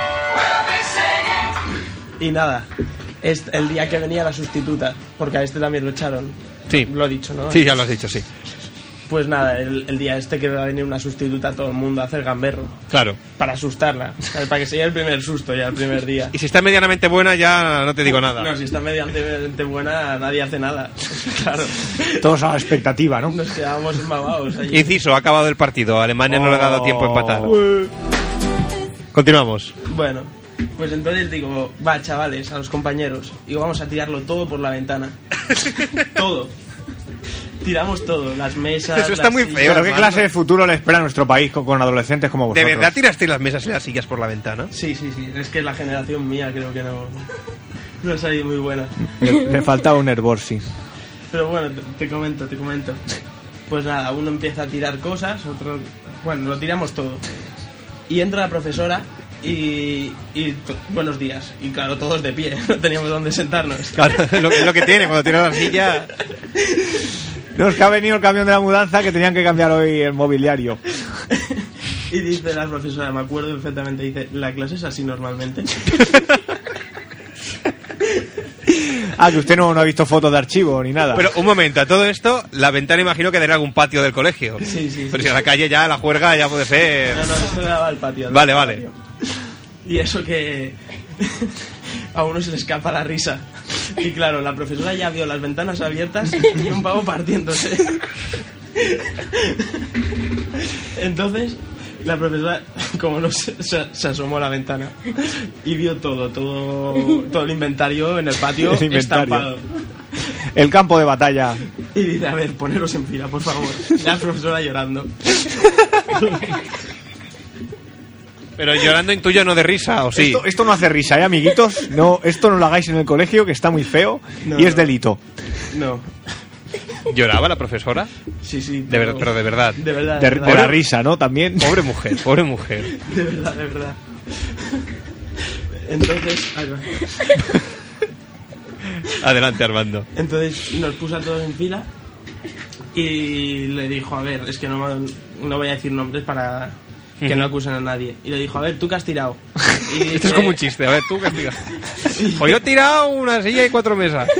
Y nada, es el día que venía la sustituta, porque a este también lo echaron.
Sí.
Lo he dicho, ¿no?
Sí, ya lo has dicho, sí.
Pues nada, el, el día este que va a venir una sustituta a todo el mundo a hacer gamberro.
Claro.
Para asustarla. ¿sabes? Para que sea el primer susto ya, el primer día.
Y si está medianamente buena, ya no te digo nada.
No, si está medianamente buena, nadie hace nada. (laughs) claro.
Todos a la expectativa, ¿no?
Nos quedábamos mamados allí.
Inciso, ha acabado el partido. Alemania no le ha dado tiempo a empatar.
Oh.
Ué.
Continuamos.
Bueno, pues entonces digo, va chavales, a los compañeros, y vamos a tirarlo todo por la
(laughs)
ventana. todo. Tiramos todo, las mesas.
Eso está
las
muy
sillas,
feo,
Pero ¿qué
mano.
clase de futuro le espera a nuestro país con, con adolescentes como
¿De
vosotros?
verdad tirasteis las mesas y las sillas por la ventana?
Sí, sí, sí, es que la generación mía creo que no, (laughs) no ha salido muy buena.
Le, le faltaba un hervor, sí.
Pero bueno, te, te comento, te comento. Pues nada, uno empieza a tirar cosas, otro... Bueno, lo tiramos todo. Y entra la profesora y... y to- buenos días. Y claro, todos de pie, (laughs) no teníamos dónde sentarnos.
Claro, es lo, que- es lo que tiene cuando tiras la silla.
Los que ha venido el camión de la mudanza que tenían que cambiar hoy el mobiliario.
Y dice la profesora, me acuerdo perfectamente, dice, la clase es así normalmente. (laughs)
Ah, que usted no, no ha visto fotos de archivo ni nada.
Pero un momento, a todo esto, la ventana imagino que tendrá algún patio del colegio.
Sí, sí,
Pero
sí.
si a la calle ya, la juerga ya puede ser.
No, no, esto daba al patio.
Vale,
daba al
vale.
patio. Y eso que (laughs) a uno se le escapa la risa. Y claro, la profesora ya vio las ventanas abiertas y un pavo partiéndose. Entonces, la profesora, como no se, se- se asomó a la ventana y vio todo, todo, todo el inventario en el patio
El inventario.
estampado.
El campo de batalla.
Y dice, a ver, poneros en fila, por favor. La profesora llorando.
Pero llorando intuyo no de risa, ¿o sí?
Esto, esto no hace risa, ¿eh, amiguitos? No, esto no lo hagáis en el colegio, que está muy feo
No,
y es
no.
delito.
No.
¿Lloraba la profesora?
Sí, sí.
De verdad,
todo.
pero de verdad.
De verdad.
De,
de
de
verdad.
la risa, ¿no? También.
Pobre mujer, pobre mujer.
De verdad, de verdad. Entonces, ay, va.
Adelante, Armando.
entonces nos puso a todos en fila y le dijo, a ver, es que no, no voy a decir nombres para que no acusen a nadie. Y le dijo, a ver, ¿tú qué has tirado? Y
(laughs) Esto es
dice-
como un chiste, a ver, tú castiga.
(laughs)
O Pues yo he tirado una silla y cuatro mesas.
(laughs)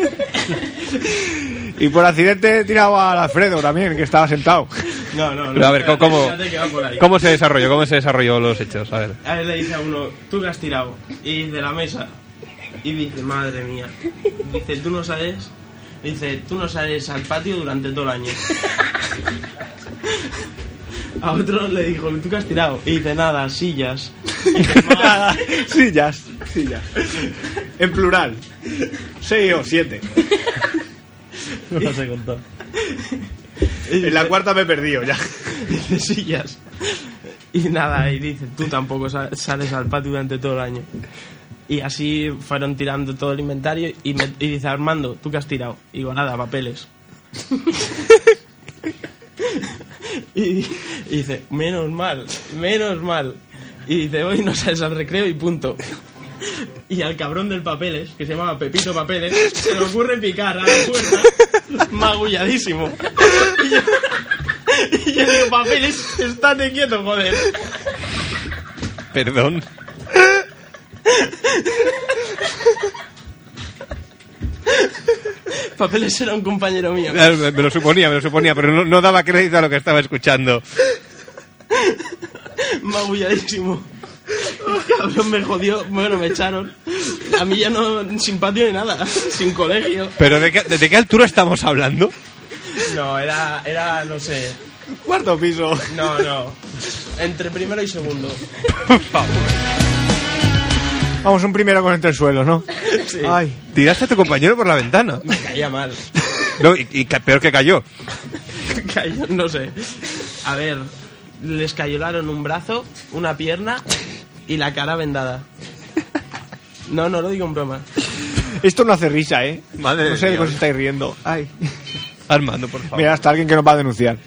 Y por accidente tiraba al Alfredo también, que estaba sentado.
No, no, no.
Pero a ver, ¿cómo- cómo-
espérate que va por ahí.
¿Cómo se desarrolló? ¿Cómo se desarrolló los hechos? A ver.
A ver, le dice a uno, tú que has tirado. Y dice, la mesa. Y dice, madre mía. Dice, tú no sales. Dice, tú no sales al patio durante todo el año. A otro le dijo, tú que has tirado. Y dice, nada, sillas.
Nada, (laughs) sillas, sillas. En plural. Seis o (laughs) siete.
No lo sé contar.
En la cuarta me he perdido ya.
Dice, sillas. Y nada, y dice, tú tampoco sa- sales al patio durante todo el año. Y así fueron tirando todo el inventario y, me- y dice, Armando, ¿tú qué has tirado? Y digo, nada, papeles. (laughs) y, y dice, menos mal, menos mal. Y dice, hoy no sales al recreo y punto. Y al cabrón del papeles, que se llamaba Pepito Papeles, (laughs) se le ocurre picar a la puerta, magulladísimo. Y yo digo, papeles, estate quieto, joder.
Perdón. (laughs)
Papeles era un compañero mío.
Claro, Me me lo suponía, me lo suponía, pero no, no daba crédito a lo que estaba escuchando.
magulladísimo. Cabrón, me jodió. Bueno, me echaron. A mí ya no, sin patio ni nada, sin colegio.
¿Pero de qué, de qué altura estamos hablando? (laughs)
No, era, era, no sé.
Cuarto piso.
No, no. Entre primero y segundo.
Vamos un primero con entre el suelo, ¿no?
Sí.
Ay.
Tiraste a tu compañero por la ventana.
Me caía mal.
No, y, y ca- peor que cayó.
(laughs) Cayó, no sé. A ver, les cayolaron un brazo, una pierna y la cara vendada. No, no lo digo en broma.
Esto no hace risa, ¿eh?
Madre
no sé
de
de qué
Dios.
os estáis riendo. Ay.
Armando, por favor.
Mira, hasta alguien que nos va a denunciar.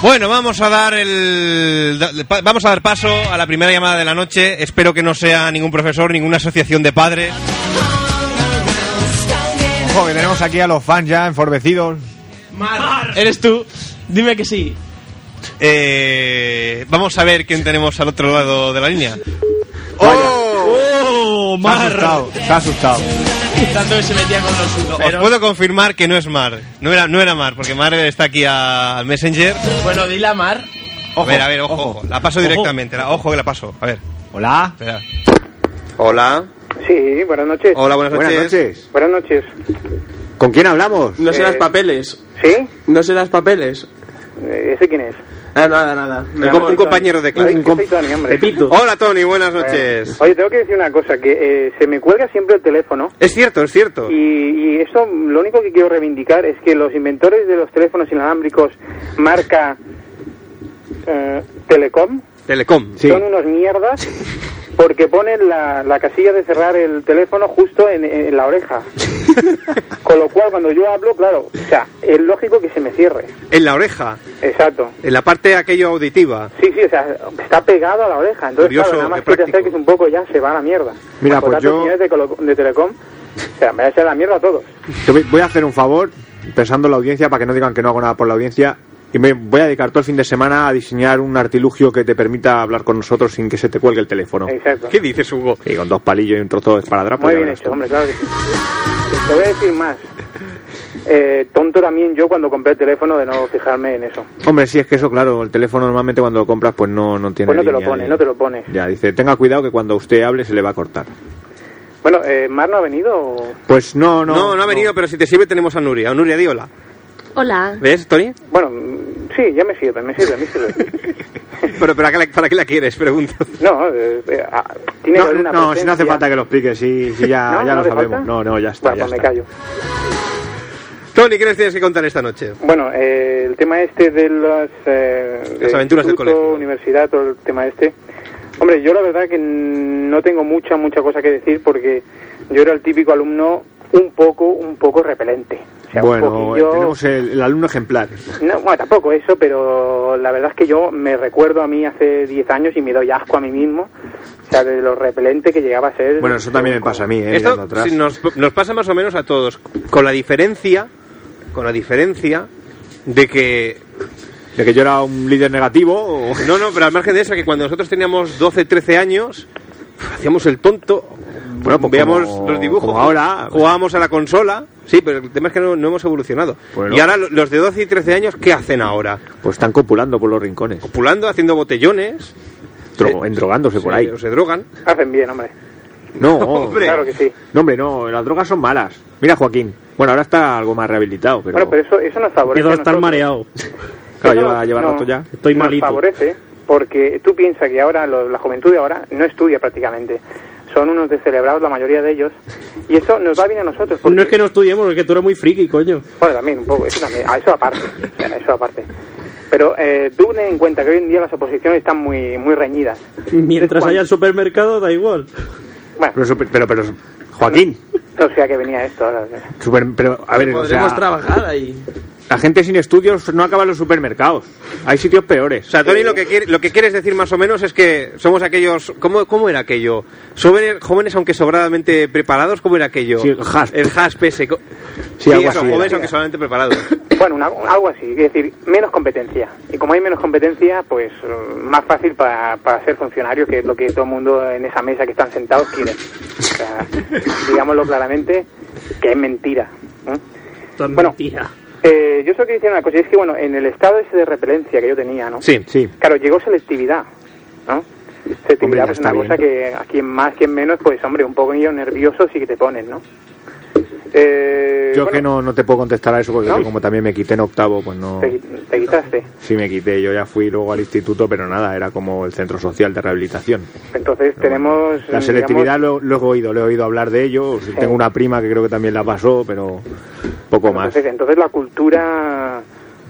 Bueno, vamos a dar el da- pa- vamos a dar paso a la primera llamada de la noche. Espero que no sea ningún profesor, ninguna asociación de padres.
Ojo, que tenemos aquí a los fans ya enforbecidos.
Mar, eres tú. Dime que sí.
Eh, vamos a ver quién tenemos al otro lado de la línea.
¡Oh,
Se ha
Mar!
asustado, se ha asustado.
Tanto que se metía con los suyos.
Os puedo confirmar que no es Mar. No era, no era Mar, porque Mar está aquí a- al Messenger.
Bueno, dile a Mar.
a ver, a ver, ojo, ojo. La paso directamente. la- ojo que la paso. A ver,
Hola.
espera. Hola.
Sí, buenas noches.
Hola, buenas noches.
Buenas noches.
Buenas noches.
¿Con quién hablamos?
No serás
Eh.
papeles.
¿Sí?
No serás papeles.
Eh, ¿Ese quién es?
Ah, nada, nada.
Un co- un compañero
de
Es que soy Tony, hombre.
Repito.
Hola, Tony, buenas
Eh, Oye, tengo que decir una cosa, que eh, se me cuelga siempre el teléfono
Es cierto, es cierto.
y, y eso lo único que quiero reivindicar es que los inventores de los teléfonos inalámbricos marca eh, Telecom
Telecom.
Sí.
son unos mierdas porque ponen la, la casilla de cerrar el teléfono justo en, en
(laughs)
la oreja. Con lo cual, cuando yo hablo, claro, o sea, es lógico que se me cierre.
En la oreja,
Exacto.
en la parte aquello auditiva.
Sí, sí, o sea, está pegado a la oreja. Entonces,
Curioso,
claro, nada más
qué
que te
práctico.
acerques un poco ya se va a la mierda.
Mira,
Por
pues
tanto,
yo-
señores de, Colo- de Telecom, o sea, me vais a hacer la mierda a todos.
Yo voy- voy a hacer un favor, pensando en la audiencia, para que no digan que no hago nada por la audiencia, y me voy a dedicar todo el fin de semana a diseñar un artilugio que te permita hablar con nosotros sin que se te cuelgue el teléfono.
Exacto.
¿Qué dices, Hugo?
Y con dos palillos y un trozo de esparadrapo.
Muy
ya
bien
verás
hecho,
tú.
hombre, claro que sí. Te voy a decir más. Eh, tonto también yo cuando compré el teléfono de no fijarme en eso.
Hombre, sí, es que eso, claro, el teléfono normalmente cuando lo compras, pues no, no tiene.
Pues no te lo
línea
pone,
ni-
no te lo pone.
Ya, dice, tenga cuidado que cuando usted hable se le va a cortar.
Bueno, eh, ¿Mar no ha venido? o-
Pues no, no.
No, no, ha venido, pero si te sirve tenemos a Nuria. A Nuria, di hola.
Hola.
¿Ves, Tony?
Bueno, mm, sí, ya me sirve, me sirve, me sirve.
(laughs) pero, pero ¿a qué la- ¿para qué la quieres? Pregunto. (laughs)
No, eh, eh, ah, tiene
No,
que haber una
no, si no hace
presencia.
falta que lo explique, sí, sí, ya, ya
pues, (laughs) ¿No? ¿No
lo
hace
sabemos.
falta?
No, no, ya está.
Bueno,
ya
pues me
está.
callo.
Tony, ¿qué nos tienes que contar esta noche?
Bueno, eh, el tema este de las, eh,
Las
de
aventuras del
instituto,
colegio.
universidad, todo el tema este. Hombre, yo la verdad que n- no tengo mucha, mucha cosa que decir porque yo era el típico alumno un poco, un poco repelente. O sea, un
Bueno, eh,
poquillo-
tenemos el, el alumno ejemplar.
No, bueno, tampoco eso, pero la verdad es que yo me recuerdo a mí hace 10 años y me doy asco a mí mismo. O sea, de lo repelente que llegaba a ser. (laughs)
Bueno, eso también me pasa a mí, ¿eh? mirando
Esto
atrás.
sí, nos, nos pasa más o menos a todos, con la diferencia, con la diferencia de que...
De que yo era un líder negativo. o-
No, no, pero al margen de eso, que cuando nosotros teníamos 12, 13 años, hacíamos el tonto,
Bueno, pues
veíamos
como-
los dibujos,
como ahora.
jugábamos a la consola, sí, pero el tema es que no, no hemos evolucionado.
Bueno.
Y ahora lo- los de 12 y 13 años, ¿qué hacen ahora?
Pues están copulando por los rincones,
Pulando, haciendo botellones,
dro- endrogándose por ahí.
o se drogan.
Hacen bien, hombre.
No,
(laughs) Hombre.
Claro que sí.
No, hombre, no, las drogas son malas. Mira, Joaquín. Bueno, ahora está algo más rehabilitado, pero.
Bueno, pero eso, eso nos favorece.
Empiezo a
a
estar
nosotros.
mareado.
(laughs) claro,
eso
lleva,
no-
lleva
no.
rato ya.
Estoy
nos
malito.
favorece. porque tú piensas que ahora lo- la juventud de ahora no estudia prácticamente. Son unos descelebrados la mayoría de ellos. Y eso nos va bien a nosotros. Porque,
Pues No es que no estudiemos, es que tú eres muy friki, coño.
Bueno, también un poco, eso también, a eso aparte. o sea, Eso aparte. Pero eh, tú ten en cuenta que hoy en día las oposiciones están muy, muy reñidas.
(laughs) Mientras
Juan.
haya el supermercado, (laughs) da igual.
Bueno,
Pero, super- pero, pero, Joaquín,
no sé a qué venía esto. ahora.
super- pero, a ver, o sea,
Podremos trabajar ahí.
la gente sin estudios no acaba en los supermercados. Hay sitios peores. Eh,
O sea, Tony, lo que, quiere- lo que quieres decir más o menos es que somos aquellos... ¿Cómo, cómo era aquello? Jóvenes, jóvenes aunque sobradamente preparados, ¿cómo era aquello?
Sí, el hasp.
El hasp ese. co-
Sí, algo
eso,
así era.
jóvenes aunque sobradamente
(laughs)
preparados.
Bueno, una- algo así, es decir, menos competencia. Y como hay menos competencia, pues eh, más fácil para, para ser funcionario, que es lo que todo el mundo en esa mesa que están sentados quiere. O
(laughs)
sea, digámoslo claramente, que es mentira. ¿eh? Bueno.
mentira.
Eh, yo solo quería decir una cosa, y es que bueno, en el estado ese de repelencia que yo tenía, ¿no?
Sí.
Sí.
Claro, llegó selectividad, ¿no?
Hombre, ya
Selectividad pues, es
está
una cosa
bien.
que a quien más, quien menos, pues hombre, un poco nervioso sí que te ponen, ¿no? Eh,
Yo
bueno,
que no, no te puedo contestar a eso porque
No.
yo como también me quité en octavo, pues no...
Te, te quitaste.
Sí, me quité. Yo ya fui luego al instituto, pero nada, era como el centro social de rehabilitación.
Entonces tenemos...
La
digamos,
selectividad lo, lo he oído, le he oído hablar de ello. Tengo una prima que creo que también la pasó, pero poco más.
Entonces, entonces la cultura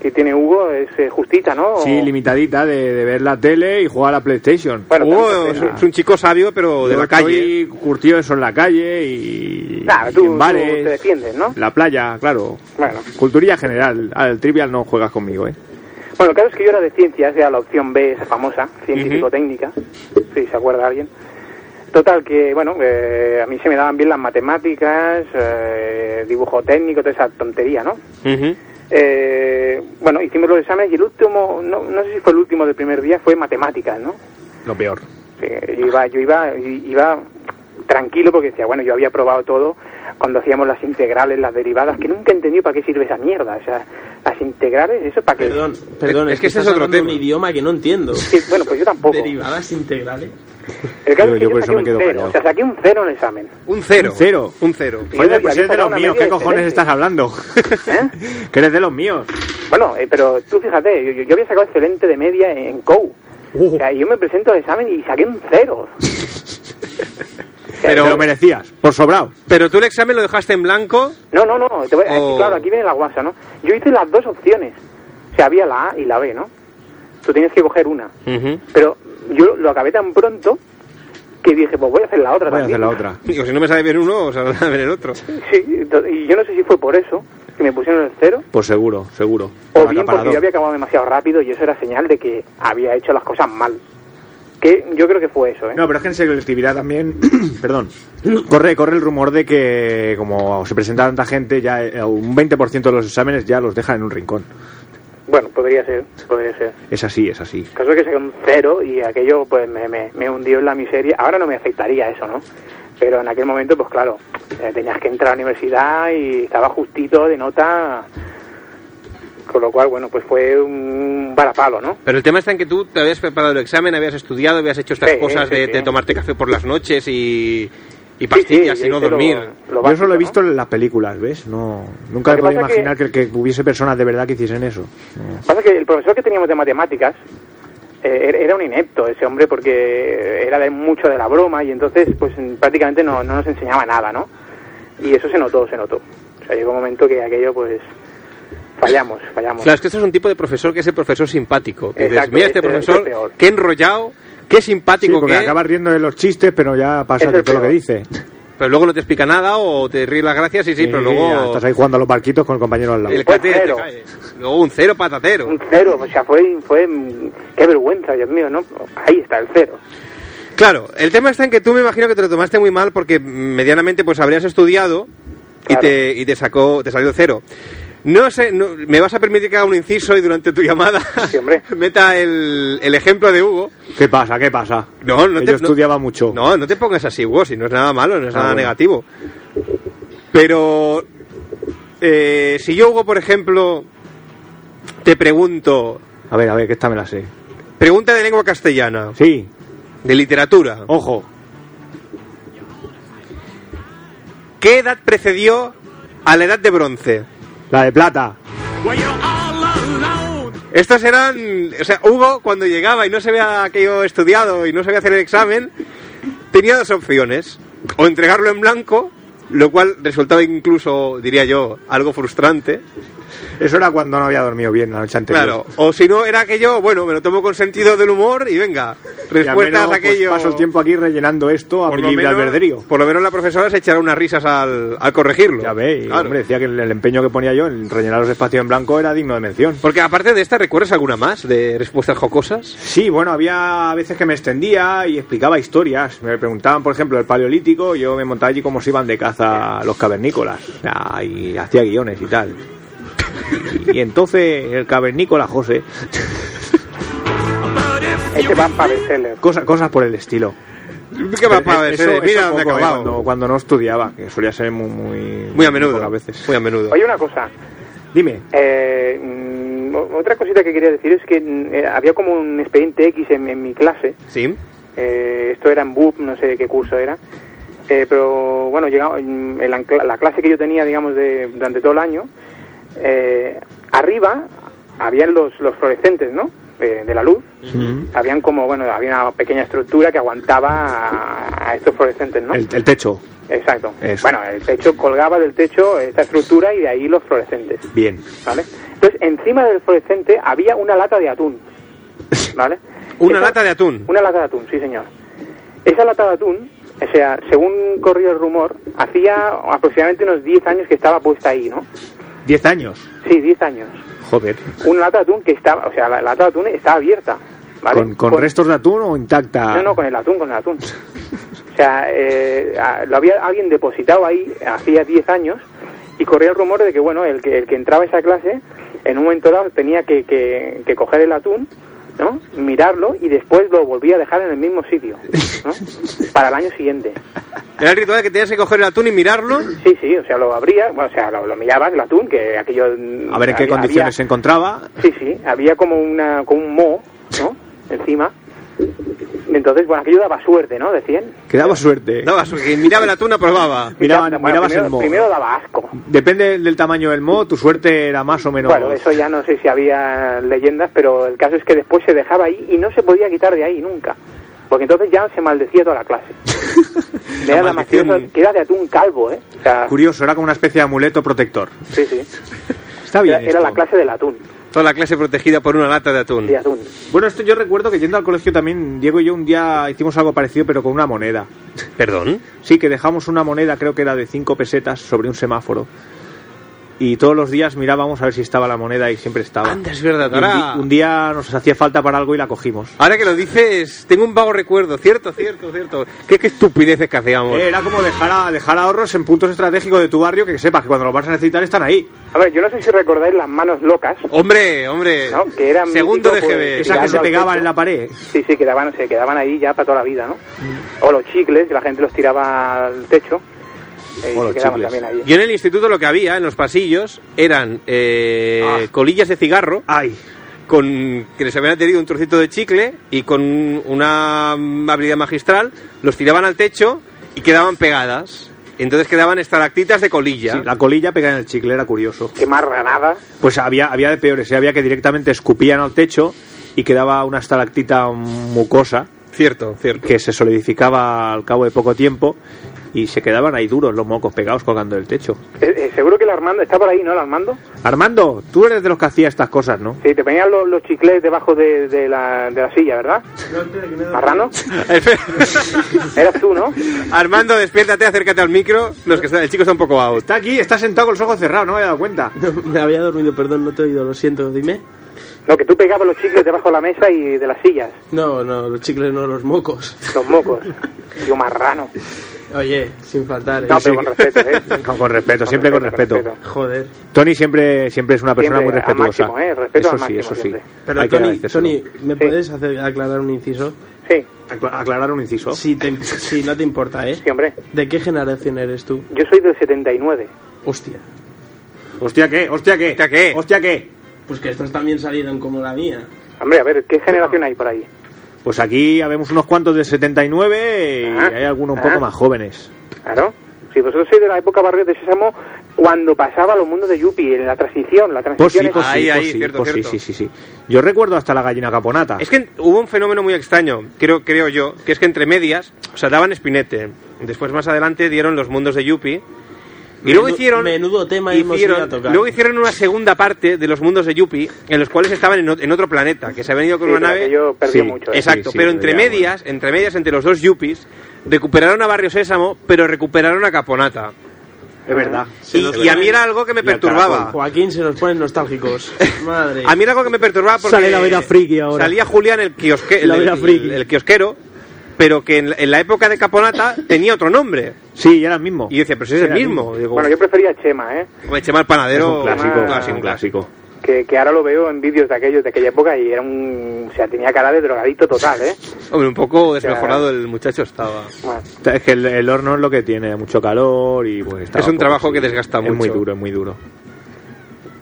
que tiene Hugo es eh, justita, ¿no?
Sí,
O-
limitadita de, de ver la tele y jugar a la PlayStation.
Bueno,
Hugo
tanto-
es, un-
ah.
es un chico sabio, pero de
Yo
la calle.
estoy curtido eso en la calle y,
Nah,
y
tú-
en bares,
tú te defiendes, ¿no?
la playa, claro.
Bueno.
Culturilla general. Al trivial no juegas conmigo, ¿eh?
Bueno, el caso es que yo era de ciencias, era la opción B, esa famosa, científico-técnica, si se acuerda alguien. Total, que bueno, eh, a mí se me daban bien las matemáticas, eh, dibujo técnico, toda esa tontería, ¿no?
Ujú.
Mm-hmm. Eh, bueno, hicimos los exámenes y el último, no, no sé si fue el último del primer día, fue matemáticas, ¿no?
Lo peor.
Sí, Eh, yo iba, yo iba, i- iba tranquilo porque decía, bueno, yo había probado todo cuando hacíamos las integrales, las derivadas, que nunca he entendido para qué sirve esa mierda. O sea, las integrales, eso para qué.
Perdón, perdón, es,
Es- es que este
estás
es otro
hablando
tema.
un idioma que no entiendo.
Sí, bueno, pues yo tampoco.
Derivadas integrales.
El caso
Yo-
es que
yo
yo,
por eso
saqué
me
un
quedo
cero,
callado.
o sea, saqué un cero en el examen.
Un cero.
Un cero.
Un cero.
Y
Oye,
yo
pues
había
eres de
sacado
los
una
míos,
media
¿qué cojones
excelente.
estás hablando?
¿Eh?
que eres de los míos.
Bueno, eh, pero tú fíjate, yo, yo- yo había sacado excelente de media en, en COU. O sea, yo me presento al examen y saqué un cero. O sea,
Pero te lo merecías, por sobrado.
Pero tú el examen lo dejaste en blanco.
No, no, no. Te voy, es que,
Oh.
claro, aquí viene la guasa, ¿no? Yo hice las dos opciones. O sea, había la A y la B, ¿no? Tú tienes que coger una. Pero yo lo acabé tan pronto que dije, pues voy a hacer la otra
Voy a
también.
hacer la otra.
Digo, si no me sabe bien uno, o sabrá bien el otro.
Sí, ento- y yo no sé si fue por eso que me pusieron el cero
Pues seguro, seguro.
o
Por
bien porque
acaparador.
yo había acabado demasiado rápido y eso era señal de que había hecho las cosas mal. Que yo creo que fue eso, ¿eh?
No, pero es que en selectividad también, (clears throat) perdón, corre, corre el rumor de que como se presenta tanta gente, ya eh, un 20% de los exámenes ya los dejan en un rincón.
Bueno, podría ser, podría ser.
Es así, es así.
El Caso es que saqué un cero y aquello pues me, me, me hundió en la miseria. Ahora no me afectaría eso, ¿no? Pero en aquel momento, pues claro, eh, tenías que entrar a la universidad y estaba justito de nota. Con lo cual, bueno, pues fue un varapalo, ¿no?
Pero el tema está en que tú te habías preparado el examen, habías estudiado, habías hecho estas
Sí,
cosas
sí,
de,
sí.
de tomarte café por las noches y, y
Sí, sí,
pastillas
yo
y no
hice lo-
dormir.
lo
yo
básico,
eso lo he
¿no?
visto en las películas, ¿ves? No, nunca
Lo
he
que
podido
pasa
imaginar que... que hubiese personas de verdad que hiciesen eso. No.
Pasa que el profesor que teníamos de matemáticas eh, era- era un inepto ese hombre porque era de mucho de la broma y entonces pues prácticamente no, no nos enseñaba nada, ¿no? Y eso se notó, se notó. O sea, llegó un momento que aquello pues fallamos, fallamos.
Claro, es que este es un tipo de profesor que es el profesor simpático. Que dices,
Exacto,
mira este
este-
profesor,
este es peor.
qué enrollado, qué
Sí,
simpático
porque
que es,
acabas riendo de los chistes, pero ya pasa
Es
de
el
todo lo que
peor.
dice.
pero luego no te explica nada o te ríe las gracias y sí, pero
ya
luego
Estás ahí jugando a los barquitos con el compañero al lado.
el cate te
Pues Cero.
cae. Luego un cero patatero.
Un cero, o sea, fue, fue, mm, qué vergüenza, Dios mío, ¿no? Ahí está el cero.
Claro, el tema está en que tú me imagino que te lo tomaste muy mal porque medianamente pues habrías estudiado y,
Claro.
te, y te sacó, te salió cero. No sé, no- me vas a permitir que haga un inciso y durante tu llamada
Sí, hombre.
(laughs) meta el, el ejemplo de Hugo.
¿Qué pasa? ¿Qué pasa?
No, no
Que
te-
yo
no-
estudiaba mucho.
No, no te pongas así, Hugo, si no es nada malo, no es
Ah,
nada
bueno.
negativo. Pero eh, si yo, Hugo, por ejemplo, te pregunto,
A ver, a ver, que esta me la sé.
pregunta de lengua castellana,
Sí,
de literatura,
ojo.
¿qué edad precedió a la edad de bronce?
La de plata. Estos eran, o sea, Hugo cuando llegaba y no se había aquello estudiado y no sabía hacer el examen, tenía dos opciones. O entregarlo en blanco, lo cual resultaba incluso, diría yo, algo frustrante. Eso era cuando no había dormido bien la noche anterior.
Claro, o si no, era aquello, bueno, me lo tomo con sentido del humor y venga,
Y al
respuestas
menos,
a aquello.
pues, paso el tiempo aquí rellenando esto a mi
por lo,
libre
menos,
albedrío.
por lo menos la profesora se echará unas risas al, al corregirlo.
Ya veis,
Claro.
hombre, decía que el, el empeño que ponía yo en rellenar los espacios en blanco era digno de mención.
Porque aparte de esta, ¿recuerdas alguna más de respuestas jocosas?
Sí, bueno, había veces que me extendía y explicaba historias. Me preguntaban, por ejemplo, el paleolítico, yo me montaba allí cómo se iban de caza los cavernícolas. Ah, Y hacía guiones y tal. Y entonces el cavernícola José,
Este van para bestseller.
cosa- cosas por el estilo.
¿Qué va
Pero,
para
eh,
ver?
eso-
Mira
eso
dónde ha
poco, eh,
acabado.
Cuando, cuando no estudiaba, que solía ser muy... Muy,
Muy a menudo.
pocas veces.
Muy a menudo.
Oye, una cosa.
Dime.
Eh, mm, o- otra cosita que quería decir es que mm, eh, había como un expediente X en, en mi clase.
Sí.
Eh, esto era en BUP, no sé qué curso era. Eh, pero bueno, llegaba, mm, en la, cla- la clase que yo tenía, digamos, de, durante todo el año, eh, arriba habían los, los fluorescentes, ¿no? Eh, de la luz. Habían como, bueno, había una pequeña estructura que aguantaba a, a estos fluorescentes, ¿no?
El, el techo.
Exacto.
Eso.
Bueno, el techo colgaba del techo esta estructura y de ahí los fluorescentes.
Bien.
¿vale? Entonces, encima del fluorescente había una lata de atún,
(laughs)
¿vale?
Una
Esa-
lata de atún.
Una lata de atún, sí, señor. Esa lata de atún, o sea, según corrió el rumor, hacía aproximadamente unos 10 años que estaba puesta ahí, ¿no?
Diez años.
Sí, 10 años.
Joder.
Una lata de atún que estaba, o sea, la la lata de atún estaba abierta, ¿vale?
¿Con, con
Con-
restos de atún o intacta?
No, no, con el atún, con el atún. O sea, eh, a- lo había alguien depositado ahí hacía 10 años y corría el rumor de que, bueno, el que, el que entraba a esa clase, en un momento dado tenía que, que- que coger el atún, ¿no? Mirarlo y después lo volvía a dejar en el mismo sitio, ¿no? Para el año siguiente.
Era el ritual que tenías que coger el atún y mirarlo.
Sí, sí, o sea, lo abría, bueno, o sea, lo, lo mirabas, el atún, que aquello... mm,
A ver en qué
había-
condiciones
había-
se encontraba.
Sí, sí, había como una como un moho, ¿no? Encima. Entonces, bueno, aquello daba suerte, ¿no? Decían.
Quedaba suerte.
Daba su- que miraba el atún,
(laughs)
aprobaba.
Miraban-
Bueno,
mirabas
primero,
el moho.
Primero daba asco.
Depende del tamaño del moho, tu suerte era más o menos.
Bueno, eso ya no sé si había leyendas, pero el caso es que después se dejaba ahí y no se podía quitar de ahí nunca. Porque entonces ya se maldecía toda la
(laughs)
clase. era
La
la
maldición.
mafiosa que era de atún calvo, ¿eh? O sea,
Curioso, era como una especie de amuleto protector.
sí, sí.
Está bien.
Era, era
esto.
la clase del atún,
Toda la clase protegida por una lata de atún.
de atún.
Bueno, esto yo recuerdo que yendo al colegio también, Diego y yo un día hicimos algo parecido, pero con una moneda.
Perdón.
Sí, que dejamos una moneda, creo que era de cinco pesetas, sobre un semáforo. Y todos los días mirábamos a ver si estaba la moneda y siempre estaba.
Anda, es verdad.
Y un,
Ahora,
di- un día nos hacía falta para algo y la cogimos.
ahora que lo dices, tengo un vago recuerdo. Cierto, cierto, cierto. Qué, qué estupideces que hacíamos.
Eh, Era como dejar, a- dejar ahorros en puntos estratégicos de tu barrio que sepas que cuando los vas a necesitar están ahí.
A ver, yo no sé si recordáis las manos locas,
Hombre,
Eh,
hombre.
¿no? Que eran
Segundo de E.
mítico,
GB.
pues,
Esas que se
tirando al
pegaban
techo.
en la pared.
Sí, sí, quedaban, se quedaban ahí ya para toda la vida, ¿no? O los chicles, que la gente los tiraba al techo. eh,
O
y
los
se quedaban
chicles.
también ahí.
Yo en el instituto lo que había en los pasillos eran eh,
Ah.
colillas de cigarro
Ay,
con que les habían adherido un trocito de chicle y con una mm, habilidad magistral los tiraban al techo y quedaban pegadas. Entonces quedaban estalactitas de colilla.
sí, la colilla pegada en el chicle era curioso.
Qué marranada.
(laughs)
Pues había, había de peores, ¿eh? había que directamente escupían al techo y quedaba una estalactita mucosa
Cierto, cierto.
que se solidificaba al cabo de poco tiempo y se quedaban ahí duros los mocos pegados colgando del techo.
Eh, eh, seguro que el Armando está por ahí, ¿no? El Armando.
Armando, tú eres de los que hacía estas cosas, ¿no?
Sí, te ponían los, los chicles debajo de, de la, de la silla, ¿verdad?
No, espera, que me doy-
Marrano, eras tú, ¿no?
Armando, despiértate, acércate al micro. Los que está- el chico está un poco out.
Está aquí, está sentado con los ojos cerrados, no me había dado cuenta.
No, (laughs) me había dormido, perdón, no te he oído, lo siento, dime.
Lo que tú pegabas los chicles debajo de la mesa y de las sillas,
No, no, los chicles no, los mocos.
los mocos. Yo marrano.
Oye, sin faltar, ¿eh?
No, pero con respeto,
(laughs)
¿eh?
Con, con respeto, siempre con respeto.
Joder.
Tony siempre, siempre es una persona
Siempre
muy
al
respetuosa.
máximo, ¿eh? Respeto
eso
al
sí,
máximo
eso sí.
siempre.
Pero
Hay que
Tony,
agradecérselo.
Tony, ¿me
Sí.
puedes hacer aclarar un inciso?
Sí,
Acla- Aclarar un inciso.
Si, te- si no te importa, ¿eh?
sí, hombre.
¿De qué generación eres tú?
Yo soy del 79.
Hostia.
Hostia, ¿qué? Hostia, ¿qué?
Hostia, ¿qué?
Hostia, ¿qué?
Pues que estos también salieron como la mía.
Hombre, a ver, ¿qué generación hay por ahí?
Pues aquí habemos unos cuantos del 79 y
Ah,
hay algunos un
ah.
poco más jóvenes.
Claro. Si vosotros sois de la época Barrio de Sésamo, cuando pasaba los mundos de Yuppie, en la transición, la
Pues
transición
sí,
es-
pues
Ahí,
sí, pues
ahí,
sí,
cierto,
pues sí,
cierto.
sí, sí, sí. Yo recuerdo hasta la gallina caponata.
Es que hubo un fenómeno muy extraño, creo, creo yo, que es que entre medias, o sea, daban Spinete, después más adelante dieron los mundos de Yuppie, y luego
Menu-
hicieron...
menudo tema hemos ido a
hicieron,
tocar.
Luego hicieron una segunda parte de los mundos de Yuppie, en los cuales estaban en, o- en otro planeta, que se ha venido con
sí,
una
pero
nave...
aquello perdió
Sí,
mucho. ¿eh?
Exacto,
Sí, sí,
pero
pero
entre
ya,
medias, entre medias, entre los dos Yuppies, recuperaron a Barrio Sésamo, pero recuperaron a Caponata.
Es verdad.
Ah, Sí,
Y,
lo
y a mí era algo que me
Y al
perturbaba.
caracol.
Joaquín se nos ponen
(laughs)
nostálgicos. Madre.
A mí era algo que me perturbaba porque
Sale la vena friki ahora.
salía Julián el, kiosque, el,
La vena
el-
friki.
el kiosquero, pero que en la, en la época de Caponata tenía otro nombre.
Sí, ya era el mismo.
Y yo decía, pero si es el
Era el
mismo. Digo,
Bueno, yo prefería Chema, ¿eh?
me eché mal
Es
panadero.
un clásico,
un
es
clásico,
un clásico.
Que, que ahora lo veo en vídeos de aquellos de aquella época y era un... O sea, tenía cara de drogadito total, ¿eh?
Hombre, un poco desmejorado el muchacho estaba.
Bueno,
O sea, Es que el, el horno es lo que tiene, mucho calor y pues estaba
Es un
por-
trabajo
sí.
que desgasta
Es muy
mucho.
duro, es muy duro.